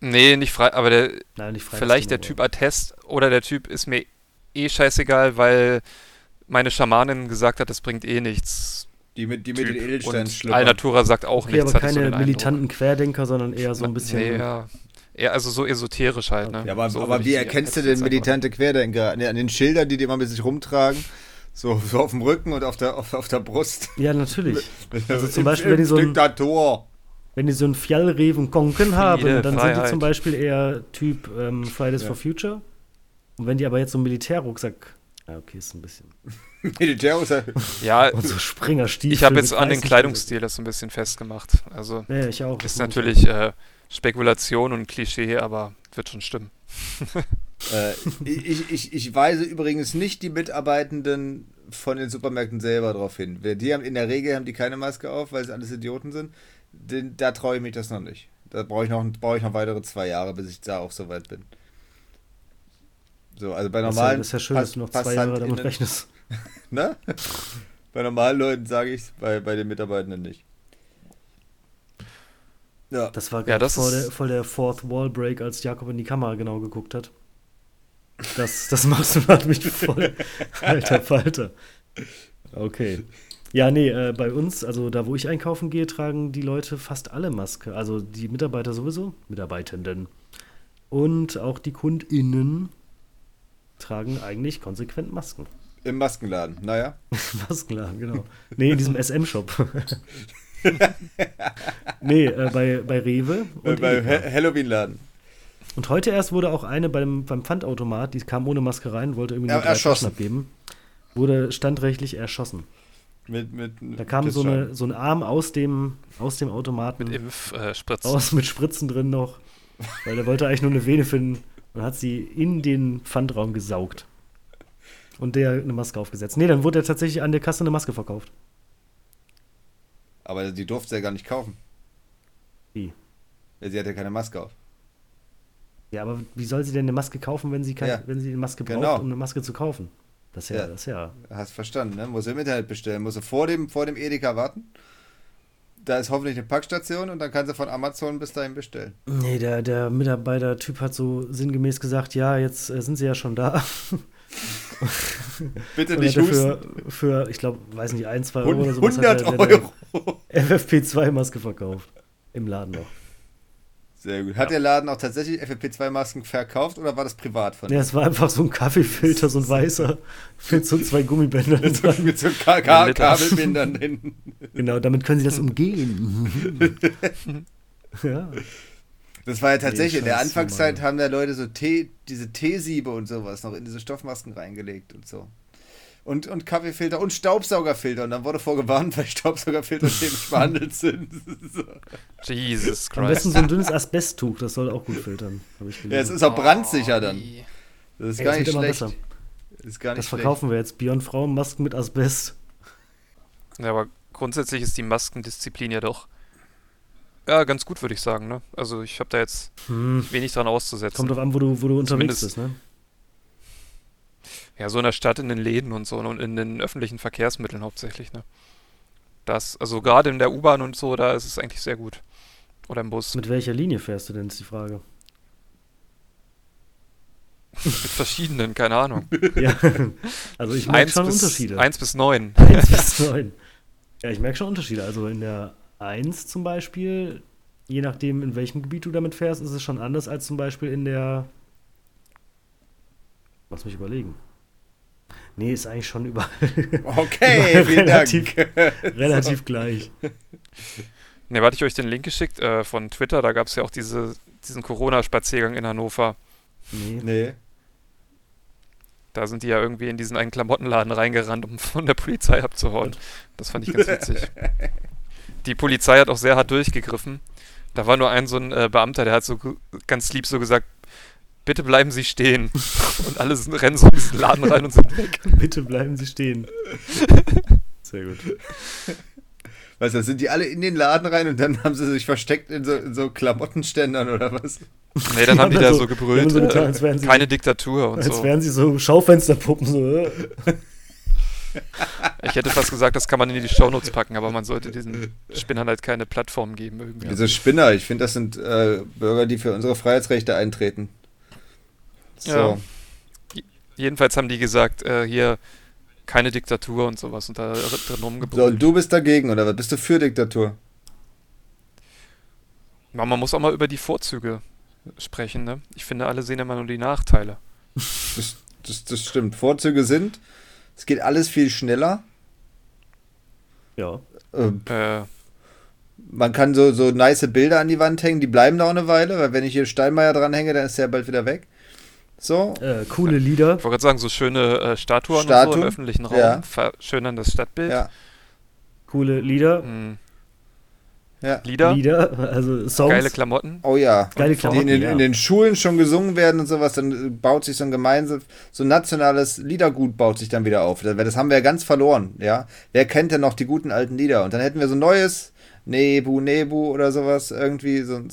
Speaker 2: Nee, nicht frei, aber der,
Speaker 1: Nein, nicht Freitagsdemo.
Speaker 2: vielleicht der Typ Attest oder der Typ ist mir eh scheißegal, weil meine Schamanin gesagt hat, das bringt eh nichts.
Speaker 3: Die mit, die mit
Speaker 2: Typ.
Speaker 3: den Edelsteinen
Speaker 2: und
Speaker 3: schlummern.
Speaker 2: Alnatura sagt auch
Speaker 1: Okay,
Speaker 2: nichts.
Speaker 1: aber
Speaker 2: hatte ich so
Speaker 1: keine
Speaker 2: den Eindruck.
Speaker 1: militanten Querdenker, sondern eher so ein bisschen.
Speaker 2: Nee, ja. Eher, also so esoterisch halt, ne?
Speaker 3: Ja, aber,
Speaker 2: so
Speaker 3: aber
Speaker 2: würd ich
Speaker 3: wie
Speaker 2: die
Speaker 3: erkennst du
Speaker 2: Attest
Speaker 3: den
Speaker 2: sagen.
Speaker 3: militante Querdenker? An den, an den Schildern, die die immer mit sich rumtragen? So, so auf dem Rücken und auf der, auf, auf der Brust.
Speaker 1: Ja, natürlich. Also zum Beispiel, wenn die so ein-
Speaker 3: Diktator. <laughs>
Speaker 1: Wenn die so einen Fjallreven Konken haben, dann sind die
Speaker 2: Freiheit.
Speaker 1: zum Beispiel eher Typ ähm, Fridays
Speaker 3: Ja.
Speaker 1: for Future. Und wenn die aber jetzt so einen Militärrucksack. Ja, okay, ist ein bisschen.
Speaker 3: Militär ist ja-
Speaker 2: Ja,
Speaker 1: <laughs> Und so Springerstiefel.
Speaker 2: Äh, ich habe
Speaker 1: mit
Speaker 2: jetzt an den
Speaker 1: weißen
Speaker 2: Kleidungsstil das so ein bisschen festgemacht. Also
Speaker 1: Strümpfen. Ja, ja, ich auch.
Speaker 2: Ist natürlich äh, Spekulation und Klischee, aber wird schon stimmen.
Speaker 3: äh, ich, ich, ich weise übrigens nicht die Mitarbeitenden von den Supermärkten selber darauf hin. Wer- Die haben, in der Regel haben die keine Maske auf, weil es alles Idioten sind. Den, da traue ich mich das noch nicht. Da brauche ich, noch- brauche ich noch weitere zwei Jahre, bis ich da auch so weit bin. So, also bei
Speaker 1: Das ist ja-
Speaker 3: normalen
Speaker 1: das ist ja schön, dass du noch
Speaker 3: Pass-
Speaker 1: zwei Jahre damit
Speaker 3: PassantInnen-
Speaker 1: rechnest.
Speaker 3: Ne? <laughs> Bei normalen Leuten sage ich es, bei, bei den Mitarbeitenden nicht. Ja.
Speaker 1: Das war
Speaker 2: Ja,
Speaker 1: gerade
Speaker 2: das
Speaker 1: voll,
Speaker 2: ist-
Speaker 1: der, voll der Fourth Wall Break, als Jakob in die Kamera genau geguckt hat. Das, das machst <laughs> du hat mich voll. Alter Falter. Okay. Ja, nee, äh, bei uns, also da wo ich einkaufen gehe, tragen die Leute fast alle Maske. Also die Mitarbeiter sowieso, Mitarbeitenden. Und auch die KundInnen tragen eigentlich konsequent Masken. <laughs>
Speaker 3: Im Maskenladen, naja.
Speaker 1: Maskenladen, genau. Nee, in diesem SM-Shop. <laughs> Nee, äh, bei, bei Rewe und
Speaker 3: Beim
Speaker 1: Edeka.
Speaker 3: Ha- Äh, Halloween-Laden.
Speaker 1: Und heute erst wurde auch eine beim, beim Pfandautomat, die kam ohne Maske rein, wollte irgendwie
Speaker 3: Ja,
Speaker 1: nur drei
Speaker 3: erschossen.
Speaker 1: Taschen abgeben, wurde standrechtlich erschossen.
Speaker 3: Mit, mit,
Speaker 1: Da kam
Speaker 3: mit
Speaker 1: so,
Speaker 3: Schein.
Speaker 1: eine, so ein Arm aus dem, aus dem Automaten
Speaker 2: Mit äh, Impfspritzen.
Speaker 1: raus mit Spritzen drin noch, weil er wollte eigentlich nur eine Vene finden und hat sie in den Pfandraum gesaugt. Und der eine Maske aufgesetzt. Nee, dann wurde er tatsächlich an der Kasse eine Maske verkauft.
Speaker 3: Aber die durfte sie ja gar nicht kaufen.
Speaker 1: Wie?
Speaker 3: Ja, Sie hat ja keine Maske auf.
Speaker 1: Ja, aber wie soll sie denn eine Maske kaufen, wenn sie, keine,
Speaker 3: Ja.
Speaker 1: wenn sie eine Maske braucht,
Speaker 3: Genau.
Speaker 1: um eine Maske zu kaufen? Das ist ja,
Speaker 3: Ja.
Speaker 1: das ist ja.
Speaker 3: Hast verstanden, ne? Muss im Internet bestellen. Muss vor dem, vor dem Edeka warten. Da ist hoffentlich eine Packstation und dann kann sie von Amazon bis dahin bestellen.
Speaker 1: Nee, der, der Mitarbeiter-Typ hat so sinngemäß gesagt, ja, jetzt äh, sind sie ja schon da. <laughs>
Speaker 3: Bitte
Speaker 1: Und äh, hat
Speaker 3: nicht
Speaker 1: er für,
Speaker 3: husten.
Speaker 1: für, ich glaube, weiß nicht, ein, zwei Euro oder so.
Speaker 3: 100 Euro.
Speaker 1: FFP2-Maske verkauft. Im Laden noch.
Speaker 3: Sehr gut. Hat der Laden auch tatsächlich FFP2-Masken verkauft oder war das privat von
Speaker 1: Ja, es war einfach so ein Kaffeefilter, so ein weißer, mit so zwei Gummibändern
Speaker 3: <laughs> So,
Speaker 1: dran.
Speaker 3: mit so Ka Ka
Speaker 2: Mit-
Speaker 3: Kabelbindern drin.
Speaker 1: Genau, damit können sie das umgehen. <laughs> ja.
Speaker 3: Das war ja tatsächlich, in der
Speaker 1: Scheiße,
Speaker 3: Anfangszeit
Speaker 1: Mann.
Speaker 3: haben da Leute so Tee, diese Teesiebe und sowas noch in diese Stoffmasken reingelegt und so. Und, und Kaffeefilter und Staubsaugerfilter. Und dann wurde vorgewarnt,
Speaker 1: <laughs>
Speaker 3: weil Staubsaugerfilter chemisch behandelt sind. <laughs> so.
Speaker 2: Jesus
Speaker 1: <laughs> Am
Speaker 2: Christ.
Speaker 1: besten so ein dünnes Asbesttuch, das soll auch gut filtern, habe ich
Speaker 3: Ja, es
Speaker 1: gelesen.
Speaker 3: ist auch brandsicher dann.
Speaker 2: Ey,
Speaker 1: Oh,
Speaker 3: Das ist
Speaker 1: Ey,
Speaker 3: gar
Speaker 1: das
Speaker 3: nicht
Speaker 1: wird immer
Speaker 3: schlecht.
Speaker 1: besser.
Speaker 3: Das ist gar nicht
Speaker 1: Das verkaufen <laughs> wir jetzt. Beyond Frauenmasken mit Asbest.
Speaker 2: Ja, aber grundsätzlich ist die Maskendisziplin ja doch ja ganz gut, würde ich sagen. Ne? Also ich habe da jetzt
Speaker 1: Hm.
Speaker 2: wenig dran auszusetzen.
Speaker 1: Kommt drauf an, wo du, wo du unterwegs
Speaker 2: Zumindest-
Speaker 1: bist, ne?
Speaker 2: Ja, so in der Stadt, in den Läden und so und in den öffentlichen Verkehrsmitteln hauptsächlich, ne? Das, also gerade in der U-Bahn und so, da ist es eigentlich sehr gut. Oder im Bus. Mit,
Speaker 1: Mit welcher Linie fährst du denn, ist die
Speaker 2: <laughs>
Speaker 1: Frage.
Speaker 2: verschiedenen, keine Ahnung.
Speaker 1: Ja, also ich merke
Speaker 2: Eins
Speaker 1: schon
Speaker 2: bis,
Speaker 1: Unterschiede.
Speaker 2: Eins bis neun.
Speaker 1: <laughs> Eins bis neun. Ja, ich merke schon Unterschiede. Also in der 1 zum Beispiel, je nachdem, in welchem Gebiet du damit fährst, ist es schon anders als zum Beispiel in der. Lass mich überlegen. Nee, ist eigentlich schon überall <laughs>
Speaker 3: schlecht. <laughs> Okay, vielen
Speaker 1: Relativ.
Speaker 3: Dank.
Speaker 2: <laughs>
Speaker 1: relativ gleich.
Speaker 2: Ne, warte, ich euch den Link geschickt äh, von Twitter, da gab es ja auch diese, diesen Corona-Spaziergang in Hannover.
Speaker 1: Nee.
Speaker 3: Nee.
Speaker 2: Da sind die ja irgendwie in diesen einen Klamottenladen reingerannt, um von der Polizei abzuhauen. Das fand ich ganz <laughs> witzig. Die Polizei hat auch sehr hart durchgegriffen. Da war nur ein so ein äh, Beamter, der hat so ge- ganz lieb so gesagt, bitte bleiben Sie <laughs> stehen. Und alle sind, rennen so in diesen Laden rein und sind <laughs> weg.
Speaker 1: Bitte bleiben Sie stehen. Sehr gut.
Speaker 3: Weißt du, sind die alle in den Laden rein und dann <laughs> haben sie sich versteckt in so, in so Klamottenständern oder was?
Speaker 2: Nee, dann haben die da so
Speaker 1: die haben
Speaker 2: gebrüllt,
Speaker 1: so getan, als
Speaker 2: äh,
Speaker 1: wären sie-
Speaker 2: keine Diktatur und
Speaker 1: Als
Speaker 2: so.
Speaker 1: wären sie so Schaufensterpuppen. So. äh.
Speaker 2: Ich hätte fast gesagt, das kann man in die Shownotes packen, aber man sollte diesen Spinnern halt keine Plattform geben irgendwie.
Speaker 3: Diese Spinner, ich finde, das sind äh, Bürger, die für unsere Freiheitsrechte eintreten. So.
Speaker 2: Ja. Jedenfalls haben die gesagt, äh, hier keine Diktatur und sowas und da drin
Speaker 3: So,
Speaker 2: rumgebrüllt.
Speaker 3: und du bist dagegen, oder was? Bist du für Diktatur?
Speaker 2: Ja, Man muss auch mal über die Vorzüge sprechen, ne? Ich finde, alle sehen immer nur die Nachteile.
Speaker 3: Das, das, das stimmt. Vorzüge sind, es geht alles viel schneller.
Speaker 1: Ja.
Speaker 3: Ähm,
Speaker 2: Äh,
Speaker 3: man kann so, so nice Bilder an die Wand hängen, die bleiben da auch eine Weile, weil wenn ich hier Steinmeier dranhänge, dann ist der bald wieder weg. So,
Speaker 1: Äh, coole Lieder.
Speaker 2: ich wollte gerade sagen, so schöne äh, Statuen, und so
Speaker 3: Statuen?
Speaker 2: im öffentlichen Raum
Speaker 3: Ja.
Speaker 2: verschönern das Stadtbild.
Speaker 3: ja,
Speaker 1: Coole Lieder.
Speaker 2: Hm,
Speaker 3: ja.
Speaker 2: Lieder,
Speaker 1: Lieder, also Songs.
Speaker 2: geile Klamotten.
Speaker 3: Oh ja.
Speaker 1: Geile
Speaker 3: Die in
Speaker 1: Klamotten.
Speaker 3: den,
Speaker 1: ja.
Speaker 3: in den Schulen schon gesungen werden und sowas, dann äh, baut sich so ein gemeinsames, so ein nationales Liedergut baut sich dann wieder auf. Das haben wir ja ganz verloren, ja. Wer kennt denn noch die guten alten Lieder? Und dann hätten wir so ein neues Nebu, Nebu oder sowas, irgendwie so, ein-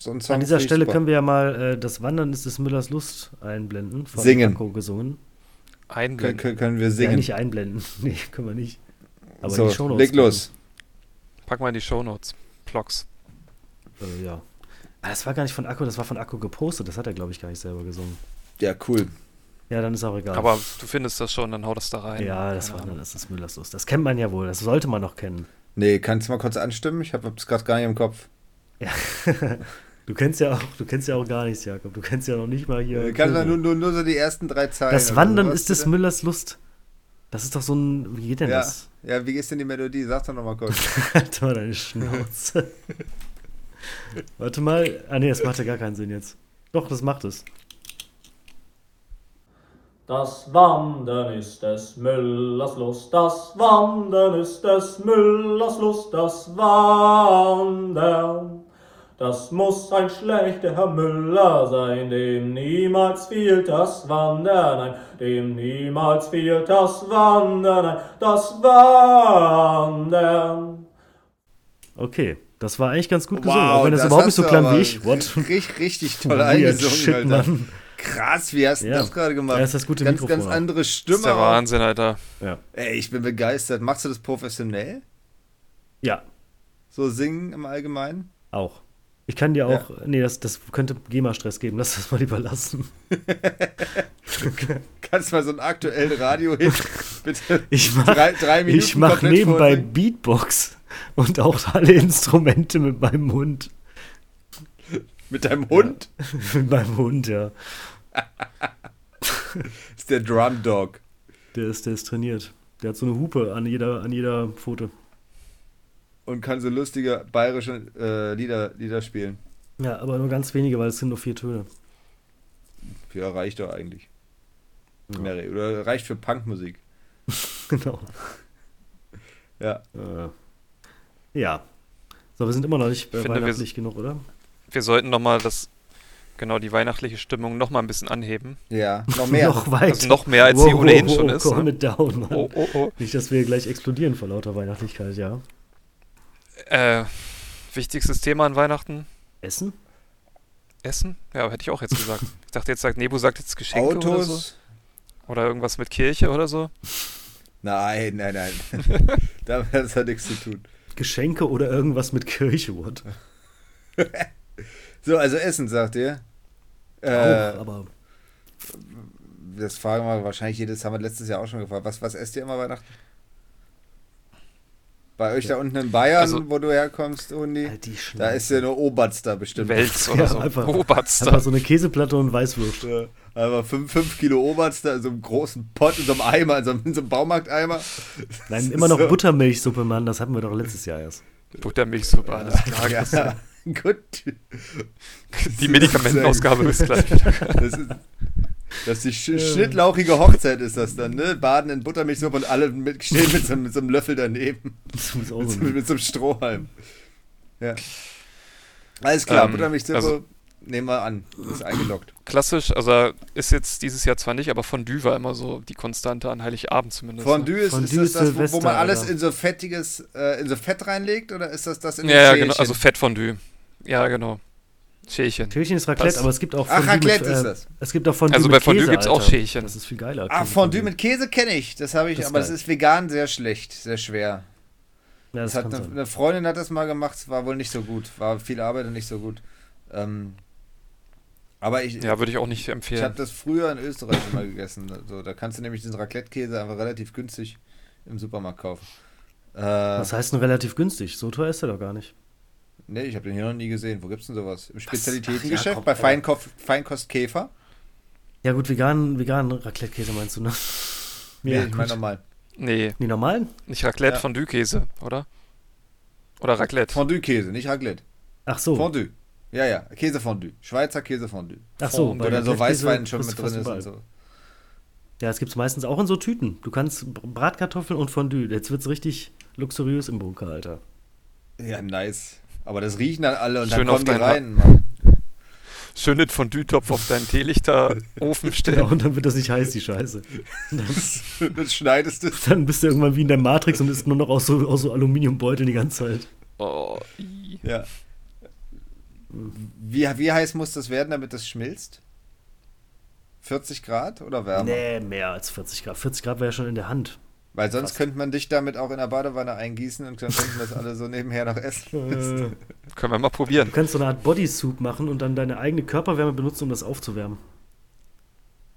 Speaker 3: so ein Song.
Speaker 1: An dieser
Speaker 3: finde ich
Speaker 1: Stelle
Speaker 3: super.
Speaker 1: können wir ja mal äh, das Wandern ist des Müllers Lust einblenden. Von
Speaker 3: Singen.
Speaker 1: Paco gesungen.
Speaker 3: Können-
Speaker 2: Einblenden.
Speaker 3: können, können wir
Speaker 1: Ja,
Speaker 3: singen.
Speaker 1: nicht einblenden. <laughs> Nee, können wir nicht. Aber in die
Speaker 3: so,
Speaker 1: Shownotes
Speaker 3: leg los.
Speaker 2: Pack mal in die Shownotes. Blogs.
Speaker 1: packen. Äh, ja. Ah, das war gar nicht von Akku, das war von Akku gepostet. Das hat er, glaube ich, gar nicht selber gesungen.
Speaker 3: Ja, cool.
Speaker 1: Ja, dann ist auch egal.
Speaker 2: Aber du findest das schon, dann hau das da rein.
Speaker 1: ja, das
Speaker 2: Keine
Speaker 1: Wandern
Speaker 2: Ahnung.
Speaker 1: ist des Müllers Lust. Das kennt man ja wohl. Das sollte man noch kennen.
Speaker 3: Nee, kannst du mal kurz anstimmen? Ich habe es gerade gar nicht im Kopf.
Speaker 1: Ja. <laughs> du kennst ja auch, du kennst ja auch gar nichts, Jakob. Du
Speaker 3: Äh,
Speaker 1: kennst ja noch nicht mal hier.
Speaker 3: Kannst du nur, nur, nur so die ersten drei Zeilen.
Speaker 1: das
Speaker 3: oder
Speaker 1: Wandern
Speaker 3: sowas,
Speaker 1: ist des
Speaker 3: bitte?
Speaker 1: Müllers Lust. Das ist doch so ein. Wie geht denn
Speaker 3: Ja.
Speaker 1: das? <laughs>
Speaker 3: Ja, wie ist denn die Melodie? Sag doch nochmal kurz.
Speaker 1: Halt mal deine
Speaker 3: <laughs>
Speaker 1: Schnauze. Warte mal. Ah, nee, das macht ja gar keinen Sinn jetzt. Doch, das macht es.
Speaker 5: Das Wandern ist des Müllers Lust, das Wandern ist des Müllers Lust, das Wandern. Das muss ein schlechter Herr Müller sein, dem niemals fehlt das Wandern ein, dem niemals fehlt das Wandern ein, das Wandern.
Speaker 1: Okay. Das war eigentlich ganz gut gesungen, auch wenn das, überhaupt nicht so
Speaker 3: hast du
Speaker 1: klang
Speaker 3: aber
Speaker 1: wie ich. What?
Speaker 3: <laughs> Richtig,
Speaker 1: <laughs>
Speaker 3: richtig toll
Speaker 1: Weird
Speaker 3: eingesungen,
Speaker 1: shit,
Speaker 3: Alter.
Speaker 1: Mann.
Speaker 3: Krass, wie hast du
Speaker 1: Ja.
Speaker 3: das gerade gemacht?
Speaker 1: Ja, ist das gute
Speaker 3: ganz,
Speaker 1: Mikrofon
Speaker 3: ganz
Speaker 1: auch.
Speaker 3: andere
Speaker 2: Das ist
Speaker 3: Stimme.
Speaker 2: der
Speaker 3: auch.
Speaker 2: Wahnsinn, Alter.
Speaker 1: Ja.
Speaker 3: Ey, ich bin begeistert. Machst du das professionell?
Speaker 1: ja,
Speaker 3: So singen im Allgemeinen?
Speaker 1: auch. Ich kann dir
Speaker 3: Ja.
Speaker 1: auch. Nee, das, das könnte GEMA-Stress geben. Lass das mal lieber lassen.
Speaker 3: Kannst mal so einen aktuellen
Speaker 1: <laughs>
Speaker 3: Radio-Hit bitte
Speaker 1: <laughs> Ich mach,
Speaker 3: drei, drei Minuten
Speaker 1: ich mach
Speaker 3: komplett
Speaker 1: nebenbei
Speaker 3: vorsingen?
Speaker 1: Beatbox und auch alle Instrumente mit meinem Hund.
Speaker 3: Mit deinem Hund?
Speaker 1: <laughs> Mit meinem Hund, ja.
Speaker 3: Das ist der Drum Dog.
Speaker 1: Der ist, der ist trainiert. Der hat so eine Hupe an jeder, an jeder Pfote.
Speaker 3: Und kann so lustige bayerische äh, Lieder, Lieder spielen.
Speaker 1: Ja, aber nur ganz wenige, weil es sind nur vier
Speaker 2: <laughs>
Speaker 1: Töne.
Speaker 3: Ja, reicht doch eigentlich. Mehr- Oder reicht für Punkmusik.
Speaker 1: Genau.
Speaker 3: Ja.
Speaker 1: Äh. Ja. So, wir sind immer noch nicht
Speaker 2: Ich
Speaker 1: äh,
Speaker 2: finde, wir
Speaker 1: weihnachtlich genug, oder?
Speaker 2: Wir sollten nochmal das, genau, die weihnachtliche Stimmung nochmal ein bisschen anheben.
Speaker 3: Ja, noch mehr.
Speaker 1: <laughs> Noch weiter.
Speaker 2: Also noch mehr, als sie ohnehin schon ist,
Speaker 1: Calm
Speaker 2: ne?
Speaker 1: it down, Mann.
Speaker 2: Oh, oh, oh.
Speaker 1: Nicht, dass wir gleich explodieren vor lauter Weihnachtlichkeit, ja.
Speaker 2: Äh, wichtigstes Thema an Weihnachten?
Speaker 1: Essen?
Speaker 2: Essen? Ja, hätte ich auch jetzt gesagt. Ich dachte, jetzt sagt Nebo sagt jetzt Geschenke oder so.
Speaker 3: Autos.
Speaker 2: Oder irgendwas mit Kirche oder so.
Speaker 3: Nein,
Speaker 1: <laughs>
Speaker 3: nein, nein. Damit hat es ja nichts zu tun.
Speaker 1: Geschenke oder irgendwas mit Kirche, what?
Speaker 3: So, also Essen, sagt ihr. Äh,
Speaker 1: Auch, aber
Speaker 3: das fragen wir wahrscheinlich jedes, haben wir letztes Jahr auch schon gefragt. Was, was esst ihr immer Weihnachten? Bei euch da unten in Bayern,
Speaker 2: Also-
Speaker 3: wo du herkommst, Hundi,
Speaker 1: halt die Schnauze.
Speaker 3: da ist ja nur Obatz da bestimmt.
Speaker 2: Wels oder
Speaker 1: Ja,
Speaker 2: so.
Speaker 1: einfach-
Speaker 2: Oberster.
Speaker 1: Einfach halt so eine Käseplatte und Weißwurst.
Speaker 3: Ja, Aber 5 Kilo Obatz da in so einem großen Pott, in so einem Eimer, in so einem, in so einem Baumarkteimer.
Speaker 1: Nein, immer noch
Speaker 3: So.
Speaker 1: Buttermilchsuppe, Mann, das hatten wir doch letztes Jahr erst.
Speaker 2: Buttermilchsuppe, alles klar.
Speaker 3: Ja, <laughs> gut.
Speaker 2: Die Medikamentenausgabe ist gleich.
Speaker 3: Das ist, das ist die sch schnittlauchige Hochzeit ist das dann, ne? Baden in Buttermilchsuppe und alle mit, stehen mit so, einem- mit so einem Löffel daneben.
Speaker 1: Das muss auch
Speaker 3: Mit,
Speaker 2: <laughs>
Speaker 3: so-
Speaker 1: so
Speaker 3: mit so einem Strohhalm. Ja. Alles klar,
Speaker 2: Ähm,
Speaker 3: Buttermilchsuppe
Speaker 2: also-
Speaker 3: nehmen wir an. Ist eingeloggt.
Speaker 2: Klassisch, also ist jetzt dieses Jahr zwar nicht, aber Fondue war immer so die Konstante an Heiligabend zumindest. ne?
Speaker 3: Fondue ist,
Speaker 1: Fondue
Speaker 3: ist das,
Speaker 1: ist
Speaker 3: das wo, wo
Speaker 1: Silvester,
Speaker 3: man alles
Speaker 1: Alter.
Speaker 3: in so fettiges, äh, in so Fett reinlegt oder ist das das in
Speaker 2: Ja, ja,
Speaker 3: den
Speaker 2: genau, also
Speaker 3: Schälchen?
Speaker 2: Fettfondue. Ja, genau. Schälchen.
Speaker 1: Türchen ist Raclette,
Speaker 2: Passt.
Speaker 1: aber es gibt auch
Speaker 3: Ach, Raclette
Speaker 1: mit, äh,
Speaker 3: ist das.
Speaker 1: Es gibt auch Fondue
Speaker 2: Also
Speaker 1: mit
Speaker 2: bei Fondue
Speaker 1: Käse,
Speaker 2: gibt's auch
Speaker 1: Alter.
Speaker 2: Schälchen.
Speaker 1: Das ist viel geiler.
Speaker 3: Ah, Fondue mit Käse kenne ich. Das habe ich,
Speaker 1: Das ist
Speaker 3: aber das
Speaker 1: geil.
Speaker 3: ist vegan sehr schlecht, sehr schwer.
Speaker 1: Ja, das
Speaker 3: Das hat
Speaker 1: kann
Speaker 3: eine,
Speaker 1: sein.
Speaker 3: eine Freundin hat das mal gemacht, es war wohl nicht so gut. War viel Arbeit und nicht so gut. Ähm, aber ich,
Speaker 2: Ja, würde ich auch nicht
Speaker 3: ich habe
Speaker 2: empfehlen.
Speaker 3: das früher in Österreich immer gegessen. So, da kannst du nämlich diesen Raclette-Käse einfach relativ günstig im Supermarkt kaufen. Äh,
Speaker 1: Was heißt denn relativ günstig? So teuer ist er doch gar nicht.
Speaker 3: nee, ich habe den hier noch nie gesehen. Wo gibt's denn sowas? Im
Speaker 1: Ach ja,
Speaker 3: Spezialitätengeschäft?
Speaker 1: komm, äh.
Speaker 3: bei
Speaker 1: Alter.
Speaker 3: Feinkof Feinkostkäfer?
Speaker 1: Ja gut, veganen, veganen Raclette-Käse meinst du, ne?
Speaker 3: Nee,
Speaker 1: Ja,
Speaker 3: ich
Speaker 1: gut.
Speaker 3: meine normal.
Speaker 2: Nee,
Speaker 1: Die normalen?
Speaker 2: nicht Raclette,
Speaker 3: Ja.
Speaker 2: Fondue-Käse, oder? Oder Raclette.
Speaker 3: Fondue-Käse, nicht Raclette.
Speaker 1: Ach so.
Speaker 3: Fondue. Ja, ja, Käsefondue. Schweizer Käsefondue.
Speaker 1: Ach so,
Speaker 3: Und
Speaker 1: bei
Speaker 3: wo dann so
Speaker 1: Raclette-Käse
Speaker 3: Weißwein schon
Speaker 1: kriegst
Speaker 3: mit
Speaker 1: du
Speaker 3: drin
Speaker 1: fast
Speaker 3: ist und
Speaker 1: überall.
Speaker 3: so.
Speaker 1: Ja, es gibt es meistens auch in so Tüten. Du kannst Br- Bratkartoffeln und Fondue. Jetzt wird's richtig luxuriös im Bunker,
Speaker 3: <laughs>
Speaker 1: Alter.
Speaker 3: Ja, nice. Aber das riechen dann alle und
Speaker 2: Schön
Speaker 3: dann
Speaker 2: auf
Speaker 3: kommen die
Speaker 2: dein Ha-
Speaker 3: rein, Mann.
Speaker 2: Schön den Fondue-Topf auf deinen
Speaker 1: <laughs>
Speaker 2: Teelichter-Ofen
Speaker 1: Ja,
Speaker 2: stellen.
Speaker 1: und dann wird das nicht heiß, die Scheiße.
Speaker 3: <laughs> Das schneidest du.
Speaker 1: Dann bist du irgendwann wie in der Matrix und isst nur noch aus so, aus so Aluminiumbeuteln die ganze Zeit.
Speaker 2: Oh, i.
Speaker 3: Ja. Wie, wie heiß muss das werden, damit das schmilzt? 40 Grad oder wärmer?
Speaker 1: Nee, mehr als 40 Grad. 40 Grad wäre ja schon in der Hand.
Speaker 3: Weil sonst
Speaker 1: Fast.
Speaker 3: könnte man dich damit auch in der Badewanne eingießen und dann könnten das alle so nebenher
Speaker 1: <laughs>
Speaker 3: noch essen.
Speaker 1: Äh,
Speaker 2: Können wir mal probieren.
Speaker 1: Du kannst so eine Art Bodysuit machen und dann deine eigene Körperwärme benutzen, um das aufzuwärmen.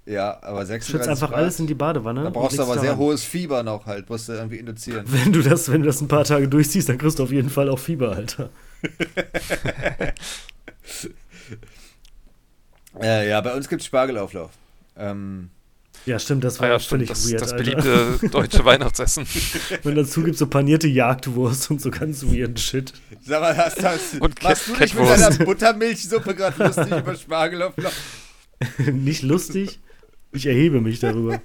Speaker 3: ja, aber 36
Speaker 1: Schützt einfach
Speaker 3: Grad.
Speaker 1: alles in die Badewanne.
Speaker 3: da
Speaker 1: und
Speaker 3: brauchst du
Speaker 1: legst
Speaker 3: aber
Speaker 1: da
Speaker 3: sehr
Speaker 1: rein.
Speaker 3: hohes Fieber noch halt, musst du irgendwie induzieren.
Speaker 1: Wenn du, das, wenn du das ein paar Tage durchziehst, dann kriegst du auf jeden Fall auch Fieber, Alter.
Speaker 3: Äh, ja, bei uns gibt es Spargelauflauf. Ähm,
Speaker 1: Ja, stimmt, das war
Speaker 2: Ah ja,
Speaker 1: auch
Speaker 2: stimmt,
Speaker 1: völlig
Speaker 2: das,
Speaker 1: weird.
Speaker 2: das
Speaker 1: Alter.
Speaker 2: beliebte
Speaker 1: <laughs>
Speaker 2: deutsche Weihnachtsessen.
Speaker 1: Und dazu gibt so panierte Jagdwurst und so ganz weirden Shit. <laughs>
Speaker 3: Sag mal, hast, hast,
Speaker 2: Und
Speaker 3: machst du
Speaker 2: Cat-
Speaker 3: dich mit
Speaker 2: Catwurst.
Speaker 3: deiner Buttermilchsuppe gerade lustig <laughs> über Spargel auf Lauch?
Speaker 1: Nicht lustig, ich erhebe mich darüber.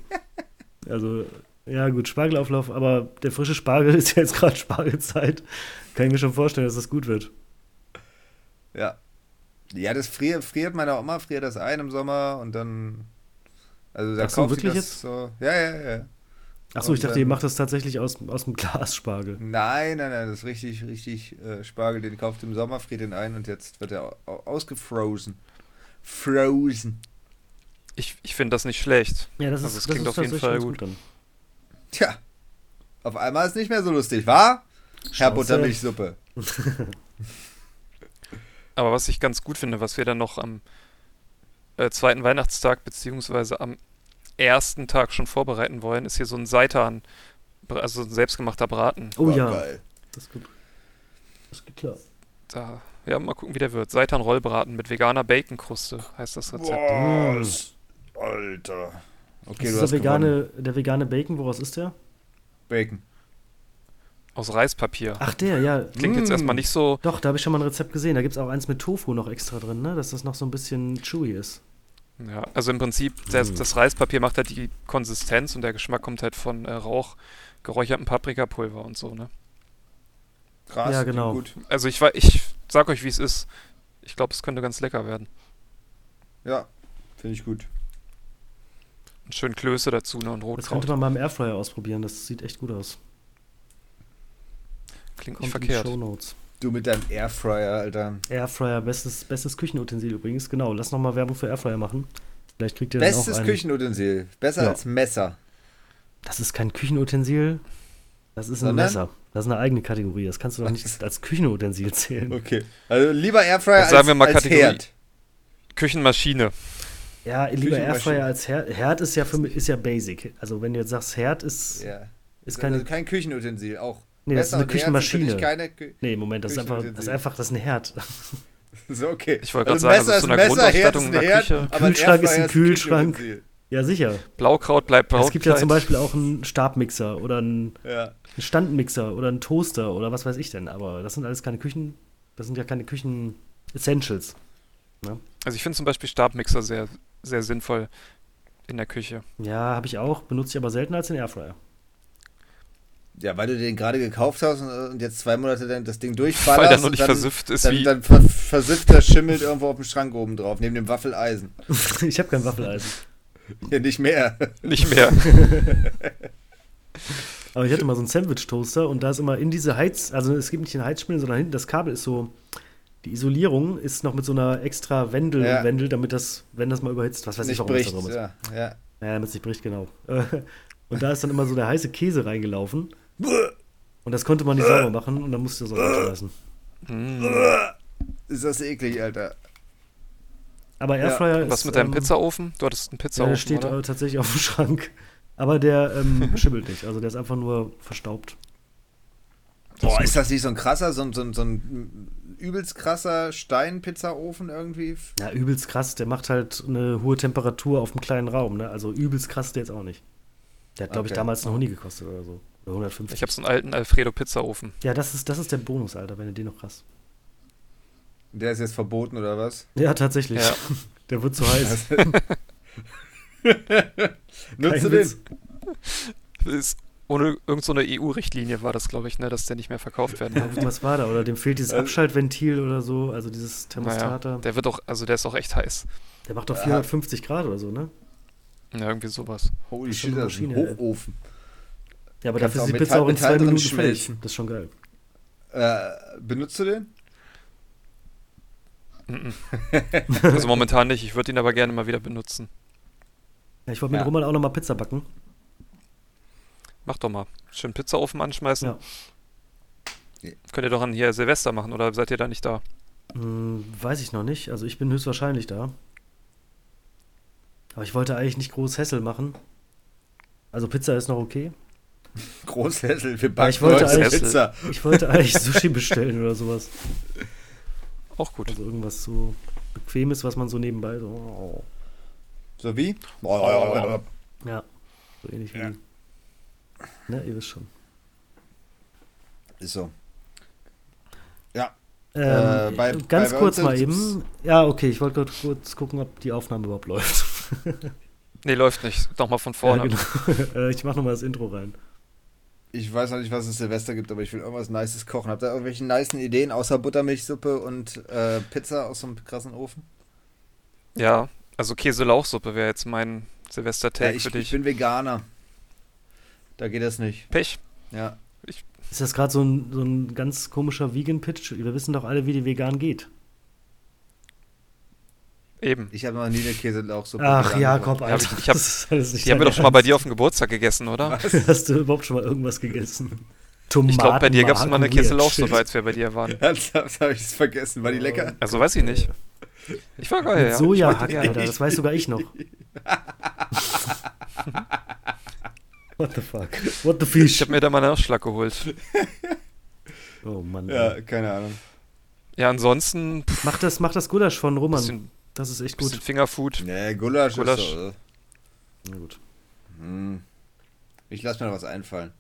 Speaker 1: Also, ja, gut, Spargelauflauf, aber der frische Spargel <laughs> ist ja jetzt gerade Spargelzeit. Kann ich mir schon vorstellen, dass das gut wird.
Speaker 3: Ja. Ja, das friert, friert meine Oma, friert das ein im Sommer und dann. Also da
Speaker 1: Ach so,
Speaker 3: kauft
Speaker 1: wirklich
Speaker 3: sie das
Speaker 1: jetzt?
Speaker 3: so. Ja, ja, ja.
Speaker 1: Achso, ich
Speaker 3: Und,
Speaker 1: dachte, ihr
Speaker 3: ähm,
Speaker 1: macht das tatsächlich aus, aus dem Glas Spargel.
Speaker 3: Nein, nein, nein, das ist richtig, richtig äh, Spargel, den kauft im Sommer, friert den ein und jetzt wird er au- au- ausgefrozen. Frozen.
Speaker 2: Ich, ich finde das nicht schlecht.
Speaker 1: <laughs> Ja, das ist,
Speaker 2: Also, es
Speaker 1: das
Speaker 2: klingt
Speaker 1: ist
Speaker 2: auf jeden
Speaker 1: tatsächlich
Speaker 2: Fall
Speaker 1: ganz
Speaker 2: gut.
Speaker 1: dann.
Speaker 3: Tja. Auf einmal ist nicht mehr so lustig, wa? Herr
Speaker 1: Schnauze.
Speaker 3: Buttermilchsuppe.
Speaker 2: Aber was ich ganz gut finde, was wir dann noch am äh, zweiten Weihnachtstag beziehungsweise am ersten Tag schon vorbereiten wollen, ist hier so ein Seitan, also ein selbstgemachter Braten.
Speaker 1: Oh
Speaker 3: Boah,
Speaker 1: ja,
Speaker 3: Geil.
Speaker 1: das geht. Das geht klar.
Speaker 2: Da, ja, mal gucken, wie der wird. Seitan-Rollbraten mit veganer Baconkruste heißt das Rezept.
Speaker 3: Boah, das- Alter. Okay,
Speaker 1: Mm. das
Speaker 3: du
Speaker 1: ist
Speaker 3: hast
Speaker 1: der
Speaker 3: gewonnen.
Speaker 1: vegane, der vegane Bacon, woraus ist der?
Speaker 3: Bacon.
Speaker 2: Aus Reispapier.
Speaker 1: Ach, der, ja.
Speaker 2: Klingt jetzt
Speaker 3: Mm.
Speaker 2: erstmal nicht so.
Speaker 1: Doch, da habe ich schon mal ein Rezept gesehen. Da gibt es auch eins mit Tofu noch extra drin, ne? dass das noch so ein bisschen chewy ist.
Speaker 2: Ja, also im Prinzip,
Speaker 1: Mm.
Speaker 2: das, das Reispapier macht halt die Konsistenz und der Geschmack kommt halt von äh, Rauch, geräuchertem Paprikapulver und so, ne?
Speaker 3: Krass.
Speaker 1: Ja,
Speaker 3: klingt
Speaker 1: genau.
Speaker 3: Gut.
Speaker 2: Also ich, wei- ich sag euch, wie es ist. Ich glaube, es könnte ganz lecker werden.
Speaker 3: Ja, finde ich gut.
Speaker 2: Und schön Klöße dazu ne, und
Speaker 1: Das
Speaker 2: Rotkraut.
Speaker 1: könnte man mal im Airfryer ausprobieren. Das sieht echt gut aus.
Speaker 2: Klingt nicht
Speaker 1: Kommt in die
Speaker 2: verkehrt.
Speaker 1: Shownotes.
Speaker 3: Du mit deinem Airfryer, Alter.
Speaker 1: Airfryer, bestes, bestes Küchenutensil übrigens. Genau, lass nochmal Werbung für Airfryer machen. Vielleicht kriegt ihr dann auch
Speaker 3: Bestes
Speaker 1: einen.
Speaker 3: Küchenutensil. Besser
Speaker 1: Ja.
Speaker 3: als Messer.
Speaker 1: Das ist kein Küchenutensil. Das ist ein
Speaker 3: Sondern?
Speaker 1: Messer. Das ist eine eigene Kategorie. Das kannst du doch nicht als Küchenutensil zählen.
Speaker 3: Okay. Also lieber Airfryer
Speaker 2: Dann sagen
Speaker 3: als,
Speaker 2: wir mal
Speaker 3: als
Speaker 2: Kategorie.
Speaker 3: Herd.
Speaker 2: Küchenmaschine.
Speaker 1: Ja, lieber
Speaker 3: Küchenmaschine.
Speaker 1: Airfryer als Herd. Herd ist ja für mich ist ja basic. Also wenn du jetzt sagst, Herd ist,
Speaker 3: Ja.
Speaker 1: ist
Speaker 3: also
Speaker 1: keine.
Speaker 3: kein Küchenutensil, auch.
Speaker 1: Nee, das ist
Speaker 3: Messer
Speaker 1: eine
Speaker 3: und Herd sind für dich
Speaker 1: Küchenmaschine.
Speaker 3: Keine Kü <laughs>
Speaker 1: Nee, Moment, das ist einfach, das ist
Speaker 3: Küchenutensil.
Speaker 1: einfach, das ist ein Herd. <laughs>
Speaker 3: so, okay.
Speaker 2: Ich wollte gerade sagen, also zu einer Grundausstattung in der Küche.
Speaker 3: aber ein
Speaker 1: Kühlschrank ist ein
Speaker 3: Airfryer
Speaker 1: Kühlschrank.
Speaker 3: Küchenutensil.
Speaker 1: Ja, sicher.
Speaker 2: Blaukraut bleibt braun.
Speaker 1: Es gibt ja zum Beispiel auch einen Stabmixer oder einen
Speaker 3: Ja.
Speaker 1: einen Standmixer oder einen Toaster oder was weiß ich denn. Aber das sind alles keine Küchen, das sind ja keine Küchen-Essentials.
Speaker 2: Also ich finde zum Beispiel Stabmixer sehr, sehr sinnvoll in der Küche.
Speaker 1: Ja, habe ich auch, benutze ich aber seltener als den Airfryer. <laughs>
Speaker 3: ja, weil du den gerade gekauft hast und, und jetzt zwei Monate dann das Ding durchballerst.
Speaker 2: Weil der noch
Speaker 3: und
Speaker 2: nicht
Speaker 3: dann,
Speaker 2: versifft ist
Speaker 3: Dann,
Speaker 2: wie.
Speaker 3: dann ver versifft er, schimmelt irgendwo auf dem Schrank oben drauf, neben dem Waffeleisen.
Speaker 1: ich habe kein Waffeleisen.
Speaker 3: Ja, nicht mehr.
Speaker 2: Nicht
Speaker 3: <laughs>
Speaker 2: mehr.
Speaker 1: Aber ich hatte mal so einen Sandwich-Toaster und da ist immer in diese Heiz, also es gibt nicht den Heizspiegel, sondern hinten das Kabel ist so, die Isolierung ist noch mit so einer extra Wendel
Speaker 3: Ja.
Speaker 1: und Wendel, damit das, wenn das mal überhitzt, was weiß ich,
Speaker 3: nicht
Speaker 1: warum das da
Speaker 3: bricht.
Speaker 1: drum ist.
Speaker 3: Ja, ja.
Speaker 1: Ja, damit es nicht bricht, genau. <laughs> Und da ist dann immer so der heiße Käse reingelaufen. Und das konnte man nicht sauber machen und dann musste das auch wegschmeißen.
Speaker 3: Ist das eklig, Alter.
Speaker 1: Aber
Speaker 3: Ja,
Speaker 1: Airfryer ist.
Speaker 2: Was mit deinem
Speaker 1: ähm,
Speaker 2: Pizzaofen? Du hattest einen
Speaker 1: Ja,
Speaker 2: Pizzaofen,
Speaker 1: der steht
Speaker 2: oder?
Speaker 1: äh, tatsächlich auf dem Schrank. Aber der ähm, <laughs> schimmelt nicht. Also der ist einfach nur verstaubt.
Speaker 3: Boah, ist das nicht so ein krasser, so ein, so ein, so ein übelst krasser Steinpizzaofen irgendwie?
Speaker 1: Ja, übelst krass. Der macht halt eine hohe Temperatur auf einem kleinen Raum. Ne? Also übelst krass der jetzt auch nicht. Der hat, glaube ich,
Speaker 3: Okay.
Speaker 1: damals einen Honig gekostet oder so. Oder 150.
Speaker 2: Ich habe so einen alten Alfredo-Pizzaofen.
Speaker 1: ja, das ist, das ist der Bonus, Alter, wenn du den noch krass.
Speaker 3: Der ist jetzt verboten oder <laughs> was?
Speaker 1: Ja, tatsächlich.
Speaker 2: Ja.
Speaker 1: <laughs> Der wird zu heiß.
Speaker 3: Nutzt du
Speaker 1: Kein
Speaker 3: den?
Speaker 1: Witz.
Speaker 2: Das Ist ohne irgendeine EU-Richtlinie E war das, glaube ich, ne, dass der nicht mehr verkauft
Speaker 1: <laughs>
Speaker 2: werden darf.
Speaker 1: Was war da? Oder dem fehlt
Speaker 3: Äh,
Speaker 1: dieses Abschaltventil oder so. Also dieses
Speaker 2: Naja,
Speaker 1: Thermostat da.
Speaker 2: der wird auch, also der ist auch echt heiß.
Speaker 1: Der macht doch 450 Grad oder so, ne?
Speaker 2: Ja, irgendwie sowas.
Speaker 3: Holy
Speaker 1: Das ist
Speaker 3: shit,
Speaker 1: eine
Speaker 3: das ist ein
Speaker 1: Maschine, ey.
Speaker 3: Hochofen.
Speaker 1: Ja, aber
Speaker 3: Kannst
Speaker 1: dafür
Speaker 3: auch
Speaker 1: ist die
Speaker 3: Metall-
Speaker 1: Pizza auch in
Speaker 3: Metall
Speaker 1: zwei
Speaker 3: drin
Speaker 1: Minuten fertig.
Speaker 3: schmelzen.
Speaker 1: Das ist schon geil.
Speaker 3: Äh, benutzt du den? <laughs>
Speaker 2: Also momentan nicht. Ich würde ihn aber gerne mal wieder benutzen.
Speaker 1: Ja, ich wollte mit
Speaker 3: Ja.
Speaker 1: Roman auch nochmal Pizza backen.
Speaker 2: Mach doch mal. Schön Pizzaofen anschmeißen.
Speaker 1: Ja.
Speaker 2: Könnt ihr doch an hier Silvester machen, oder seid ihr da nicht da?
Speaker 1: Hm, weiß ich noch nicht. Also ich bin höchstwahrscheinlich da. Aber ich wollte eigentlich nicht groß Hessel machen. Also Pizza ist noch okay.
Speaker 3: Großhässel, wir
Speaker 1: Ja,
Speaker 3: backen
Speaker 1: ich wollte
Speaker 3: heute
Speaker 1: eigentlich-
Speaker 3: Pizza.
Speaker 1: Ich wollte eigentlich Sushi bestellen oder sowas.
Speaker 2: Auch gut.
Speaker 1: Also irgendwas oh,
Speaker 3: Oh,
Speaker 1: so bequemes, was man so nebenbei so.
Speaker 3: So wie?
Speaker 1: Ja. So ähnlich wie.
Speaker 3: Ja.
Speaker 1: Ne, ihr wisst schon.
Speaker 3: Ist so.
Speaker 1: Ähm,
Speaker 3: Äh, bei-
Speaker 1: ganz
Speaker 3: bei
Speaker 1: kurz
Speaker 3: uns
Speaker 1: mal
Speaker 3: ist-
Speaker 1: eben. Ja, okay, ich wollte kurz- kurz gucken, ob die Aufnahme überhaupt läuft.
Speaker 2: Nee, läuft nicht. Nochmal von vorne.
Speaker 1: <laughs> Ja, genau. Äh, ich mache nochmal das Intro rein.
Speaker 3: Ich weiß noch nicht, was es Silvester gibt, aber ich will irgendwas Nices kochen. Habt ihr irgendwelche nicen Ideen außer Buttermilchsuppe und äh, Pizza aus so einem krassen Ofen?
Speaker 2: Ja, also Käse-Lauchsuppe wäre jetzt mein
Speaker 3: Ja,
Speaker 2: Silvester-Tag
Speaker 3: Äh, ich,
Speaker 2: für
Speaker 3: ich
Speaker 2: dich.
Speaker 3: bin Veganer. Da geht das nicht.
Speaker 2: Pech.
Speaker 3: Ja.
Speaker 1: Ist das gerade so ein, so ein ganz komischer Vegan-Pitch? Wir wissen doch alle, wie die vegan geht.
Speaker 2: Eben.
Speaker 3: Ich habe noch nie eine Käselauchsuppe.
Speaker 1: Ach
Speaker 3: vegan
Speaker 1: ja,
Speaker 3: gemacht.
Speaker 1: komm,
Speaker 2: Ja, hab
Speaker 1: Alter.
Speaker 2: ich- ich hab-
Speaker 1: das ist alles nicht
Speaker 2: Die haben wir
Speaker 1: dein
Speaker 2: doch schon mal bei dir auf
Speaker 1: Ernst.
Speaker 2: dem Geburtstag gegessen, oder?
Speaker 1: Hast du überhaupt schon mal irgendwas gegessen? Tomaten,
Speaker 2: Ich glaube, bei dir gab es mal eine
Speaker 1: Mark-
Speaker 2: Käse-Lauchsuppe,
Speaker 1: Shit.
Speaker 2: als wir bei dir waren.
Speaker 3: <laughs> Ernsthaft habe ich es vergessen.
Speaker 1: Oh,
Speaker 3: War die lecker?
Speaker 2: Also weiß ich nicht. Ich war
Speaker 1: Mit
Speaker 2: geil, ja. Ich mag die
Speaker 1: Sojahack,
Speaker 2: gerne.
Speaker 1: Alter, das weiß sogar ich noch. <laughs> What the fuck? What the
Speaker 2: Ich
Speaker 1: fish?
Speaker 2: habe mir da mal einen Ausschlag geholt.
Speaker 1: Oh Mann. ey.
Speaker 3: Ja, keine Ahnung.
Speaker 2: Ja, ansonsten pff,
Speaker 1: Mach das, mach das Gulasch von Roman.
Speaker 2: bisschen,
Speaker 1: Das ist echt
Speaker 2: bisschen
Speaker 1: gut.
Speaker 2: Fingerfood.
Speaker 3: Nee, Gulasch,
Speaker 2: Gulasch.
Speaker 3: ist so. äh,
Speaker 1: Na gut.
Speaker 3: Hm. Ich lasse mir da was einfallen.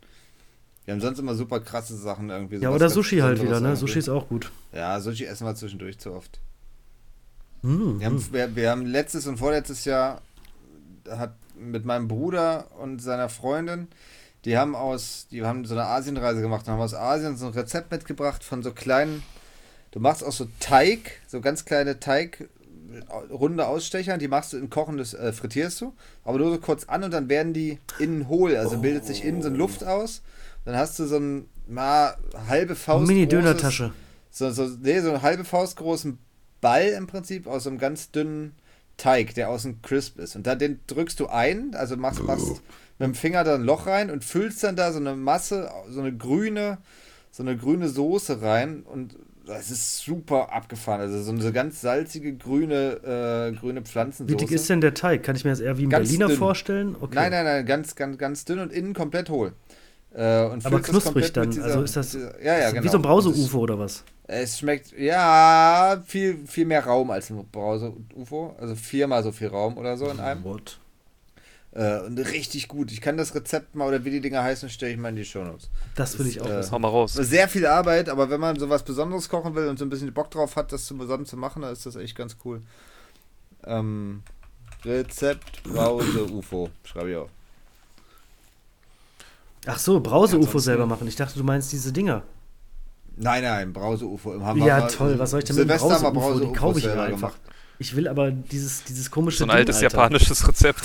Speaker 3: Wir haben sonst immer super krasse Sachen irgendwie.
Speaker 1: Ja,
Speaker 3: sowas
Speaker 1: oder
Speaker 3: ganz
Speaker 1: Sushi halt
Speaker 3: Besonderes
Speaker 1: wieder, ne?
Speaker 3: irgendwie.
Speaker 1: Sushi ist auch gut.
Speaker 3: Ja, Sushi essen wir zwischendurch zu oft.
Speaker 1: Hm.
Speaker 3: Wir haben, wir, wir haben letztes und vorletztes Jahr hat mit meinem Bruder und seiner Freundin, die haben aus, die haben so eine Asienreise gemacht und haben aus Asien so ein Rezept mitgebracht von so kleinen, du machst auch so Teig, so ganz kleine Teig, äh, runde Ausstecher, die machst du in kochendes, äh, frittierst du, aber nur so kurz an und dann werden die innen hohl, also bildet sich innen so
Speaker 1: Oh.
Speaker 3: eine Luft aus, dann hast du so ein mal halbe Faust
Speaker 1: Mm,
Speaker 3: großes-
Speaker 1: Mini-Dönertasche.
Speaker 3: so, so, nee, so einen halbe Faust großen Ball im Prinzip aus so einem ganz dünnen Teig, der außen crisp ist. Und dann den drückst du ein, also machst, machst mit dem Finger da ein Loch rein und füllst dann da so eine Masse, so eine grüne, so eine grüne Soße rein und das ist super abgefahren. Also so eine ganz salzige grüne, äh, grüne Pflanzensoße.
Speaker 1: Wie dick ist denn der Teig? Kann ich mir das eher wie ein
Speaker 3: Ganz
Speaker 1: Berliner
Speaker 3: dünn.
Speaker 1: vorstellen? Okay.
Speaker 3: Nein, nein, nein, ganz, ganz, ganz dünn und innen komplett hohl. Äh, und
Speaker 1: Aber
Speaker 3: füllst das
Speaker 1: knusprig
Speaker 3: komplett mit
Speaker 1: dann, also ist das-
Speaker 3: dieser, ja, ja, genau.
Speaker 1: Wie so ein
Speaker 3: Und das-
Speaker 1: Brause-UFO oder was?
Speaker 3: Es schmeckt, ja, viel, viel mehr Raum als ein Brause-UFO. Also viermal so viel Raum oder so in einem.
Speaker 1: What?
Speaker 3: Äh, und richtig gut. Ich kann das Rezept mal oder wie die Dinger heißen, stelle ich mal in die Shownotes.
Speaker 1: Das will
Speaker 3: Das,
Speaker 1: ich auch
Speaker 3: äh,
Speaker 1: wissen.
Speaker 2: Hau mal raus.
Speaker 3: Sehr viel Arbeit, aber wenn man sowas Besonderes kochen will und so ein bisschen Bock drauf hat, das zusammen zu machen, dann ist das echt ganz cool. Ähm, Rezept Brause-UFO. Schreibe ich auf.
Speaker 1: Ach so, Brause-UFO
Speaker 3: ansonsten-
Speaker 1: selber machen. Ich dachte, du meinst diese Dinger.
Speaker 3: Nein, nein, Brause-UFO. Im Hammer-
Speaker 1: Ja, toll, was soll ich denn mit dem
Speaker 3: Silvester haben wir
Speaker 1: Brause-UFO? Die
Speaker 3: Brause-UFOs
Speaker 1: kaufe ich mir
Speaker 3: selber
Speaker 1: einfach.
Speaker 3: gemacht.
Speaker 1: Ich will aber dieses, dieses komische
Speaker 2: So ein
Speaker 1: Ding,
Speaker 2: altes
Speaker 1: Alter.
Speaker 2: japanisches Rezept.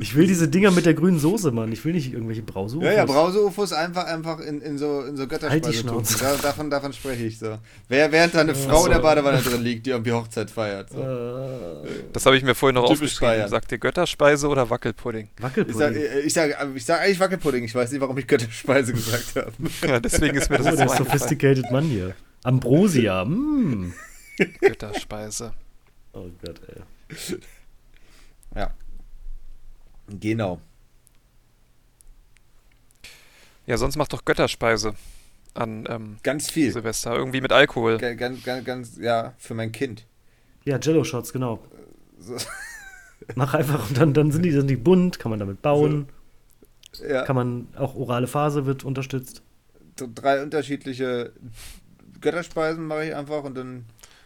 Speaker 1: Ich will diese Dinger mit der grünen Soße, Mann. Ich will nicht irgendwelche Brause-UFOs.
Speaker 3: Ja, ja, Brause-UFOs einfach, einfach in, in so, in so Götterspeise
Speaker 1: Halt die Schnauze.
Speaker 3: tun. Da, davon, davon spreche ich so. Wer, während da eine Frau in der Badewanne drin liegt, die irgendwie Hochzeit feiert. So.
Speaker 1: äh,
Speaker 2: Das habe ich mir vorhin noch
Speaker 3: Typisch
Speaker 2: aufgeschrieben.
Speaker 3: Bayern.
Speaker 2: Sagt ihr Götterspeise oder Wackelpudding?
Speaker 3: Ich sag,
Speaker 1: Wackelpudding.
Speaker 3: ich, sag, ich sag eigentlich Wackelpudding, ich weiß nicht, warum ich Götterspeise gesagt habe.
Speaker 2: Ja, deswegen ist mir das
Speaker 1: Oh, der
Speaker 2: jetzt so eingefallen.
Speaker 1: sophisticated Mann hier.
Speaker 3: <laughs>
Speaker 1: Ambrosia, mm.
Speaker 2: Götterspeise.
Speaker 1: Oh Gott, ey.
Speaker 3: Genau.
Speaker 2: Ja, sonst macht doch Götterspeise an ähm,
Speaker 3: Ganz viel.
Speaker 2: Silvester. Irgendwie mit Alkohol.
Speaker 3: Ga- Ganz, ganz, ganz, ja, für mein Kind.
Speaker 1: Ja, Jello-Shots, genau.
Speaker 3: So.
Speaker 1: Mach einfach und dann, dann sind die, sind die bunt, kann man damit bauen.
Speaker 3: Ja,
Speaker 1: Kann man, auch orale Phase wird unterstützt.
Speaker 3: so drei unterschiedliche Götterspeisen mache ich einfach und dann.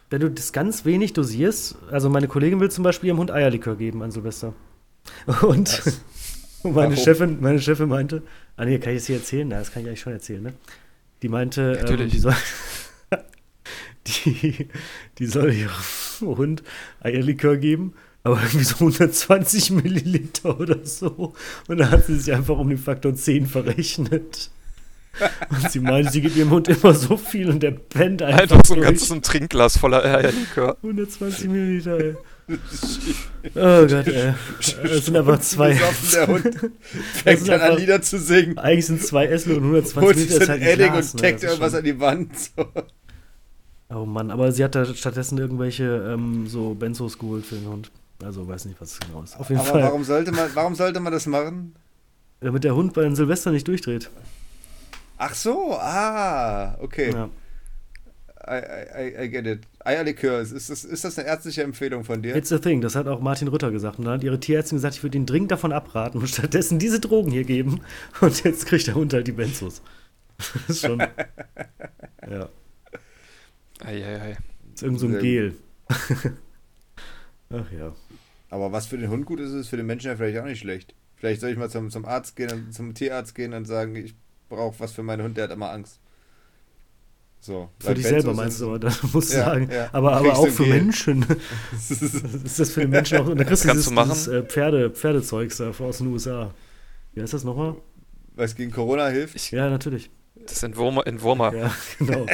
Speaker 1: Wenn du das ganz wenig dosierst, also meine Kollegin will zum Beispiel ihrem Hund Eierlikör geben an Silvester. <laughs> Und meine
Speaker 3: Warum?
Speaker 1: Chefin, meine Chefin meinte, ah nee, kann ich es hier erzählen? Na, das kann ich eigentlich schon erzählen, ne? Die meinte, ähm,
Speaker 2: Natürlich.
Speaker 1: die soll, <laughs> die, die soll ihrem Hund Eierlikör geben, aber irgendwie so 120 Milliliter oder so. Und da hat sie sich einfach um den Faktor 10
Speaker 2: <laughs>
Speaker 1: verrechnet. Und sie meinte, sie gibt ihrem Hund immer so viel und der pennt einfach.
Speaker 2: Einfach so ein
Speaker 1: durch.
Speaker 2: ganzes Trinkglas voller Eierlikör.
Speaker 1: 120 Milliliter,
Speaker 3: <laughs>
Speaker 1: ey. Oh Gott, ey. Es sind aber zwei.
Speaker 3: Besoffen,
Speaker 1: <laughs>
Speaker 3: der Hund fängt
Speaker 1: sind
Speaker 3: dann an,
Speaker 1: einfach-
Speaker 3: Lieder zu singen.
Speaker 1: Eigentlich sind zwei Essen und 120
Speaker 3: Holt
Speaker 1: Milliliter
Speaker 3: sich
Speaker 1: ist
Speaker 3: dann
Speaker 1: halt ein
Speaker 3: Edding
Speaker 1: Glas, ne?
Speaker 3: und taggt
Speaker 1: Das ist
Speaker 3: irgendwas
Speaker 1: schon-
Speaker 3: an die Wand. So.
Speaker 1: Oh Mann, aber sie hat da stattdessen irgendwelche ähm, so Benzos geholt für den Hund. Also weiß nicht, was es genau ist. Auf jeden
Speaker 3: Aber
Speaker 1: Fall,
Speaker 3: warum sollte man, warum sollte man das machen?
Speaker 1: damit der Hund bei den Silvester nicht durchdreht.
Speaker 3: Ach so, ah, okay.
Speaker 1: Ja.
Speaker 3: I, I, I get it. Eierlikör, ist, ist, das- ist das eine ärztliche Empfehlung von dir?
Speaker 1: It's a thing, das hat auch Martin Rütter gesagt. Und da hat ihre Tierärztin gesagt, ich würde Ihnen dringend davon abraten und <laughs> stattdessen diese Drogen hier geben. Und jetzt kriegt der Hund halt die Benzos. <laughs> Das ist
Speaker 3: <laughs>
Speaker 1: schon. ja,
Speaker 2: Eieiei.
Speaker 1: ist irgend so ein
Speaker 3: Sehr
Speaker 1: Gel. <laughs> Ach ja.
Speaker 3: Aber was für den Hund gut ist, ist für den Menschen ja vielleicht auch nicht schlecht. Vielleicht soll ich mal zum, zum Arzt gehen, und- zum Tierarzt gehen und sagen, ich brauche was für meinen Hund, der hat immer Angst. So.
Speaker 1: Für dich selber meinst du, aber das musst du
Speaker 3: ne? Ja,
Speaker 1: sagen.
Speaker 3: ja.
Speaker 1: Aber, aber
Speaker 3: Kriegst du
Speaker 1: auch
Speaker 3: ein
Speaker 1: für
Speaker 3: Gel. <laughs>
Speaker 1: Menschen.
Speaker 3: du?
Speaker 1: Ist das für den Menschen auch. Und da kriegst du
Speaker 2: Kannst
Speaker 1: dieses,
Speaker 2: du machen?
Speaker 1: dieses äh, Pferde, Pferdezeugs da aus den USA. Wie heißt das nochmal?
Speaker 3: <laughs> Was gegen Corona hilft?
Speaker 1: Ja, natürlich.
Speaker 3: Ah.
Speaker 2: Das Entwurmer, Entwurmer.
Speaker 1: Ja, <laughs> genau.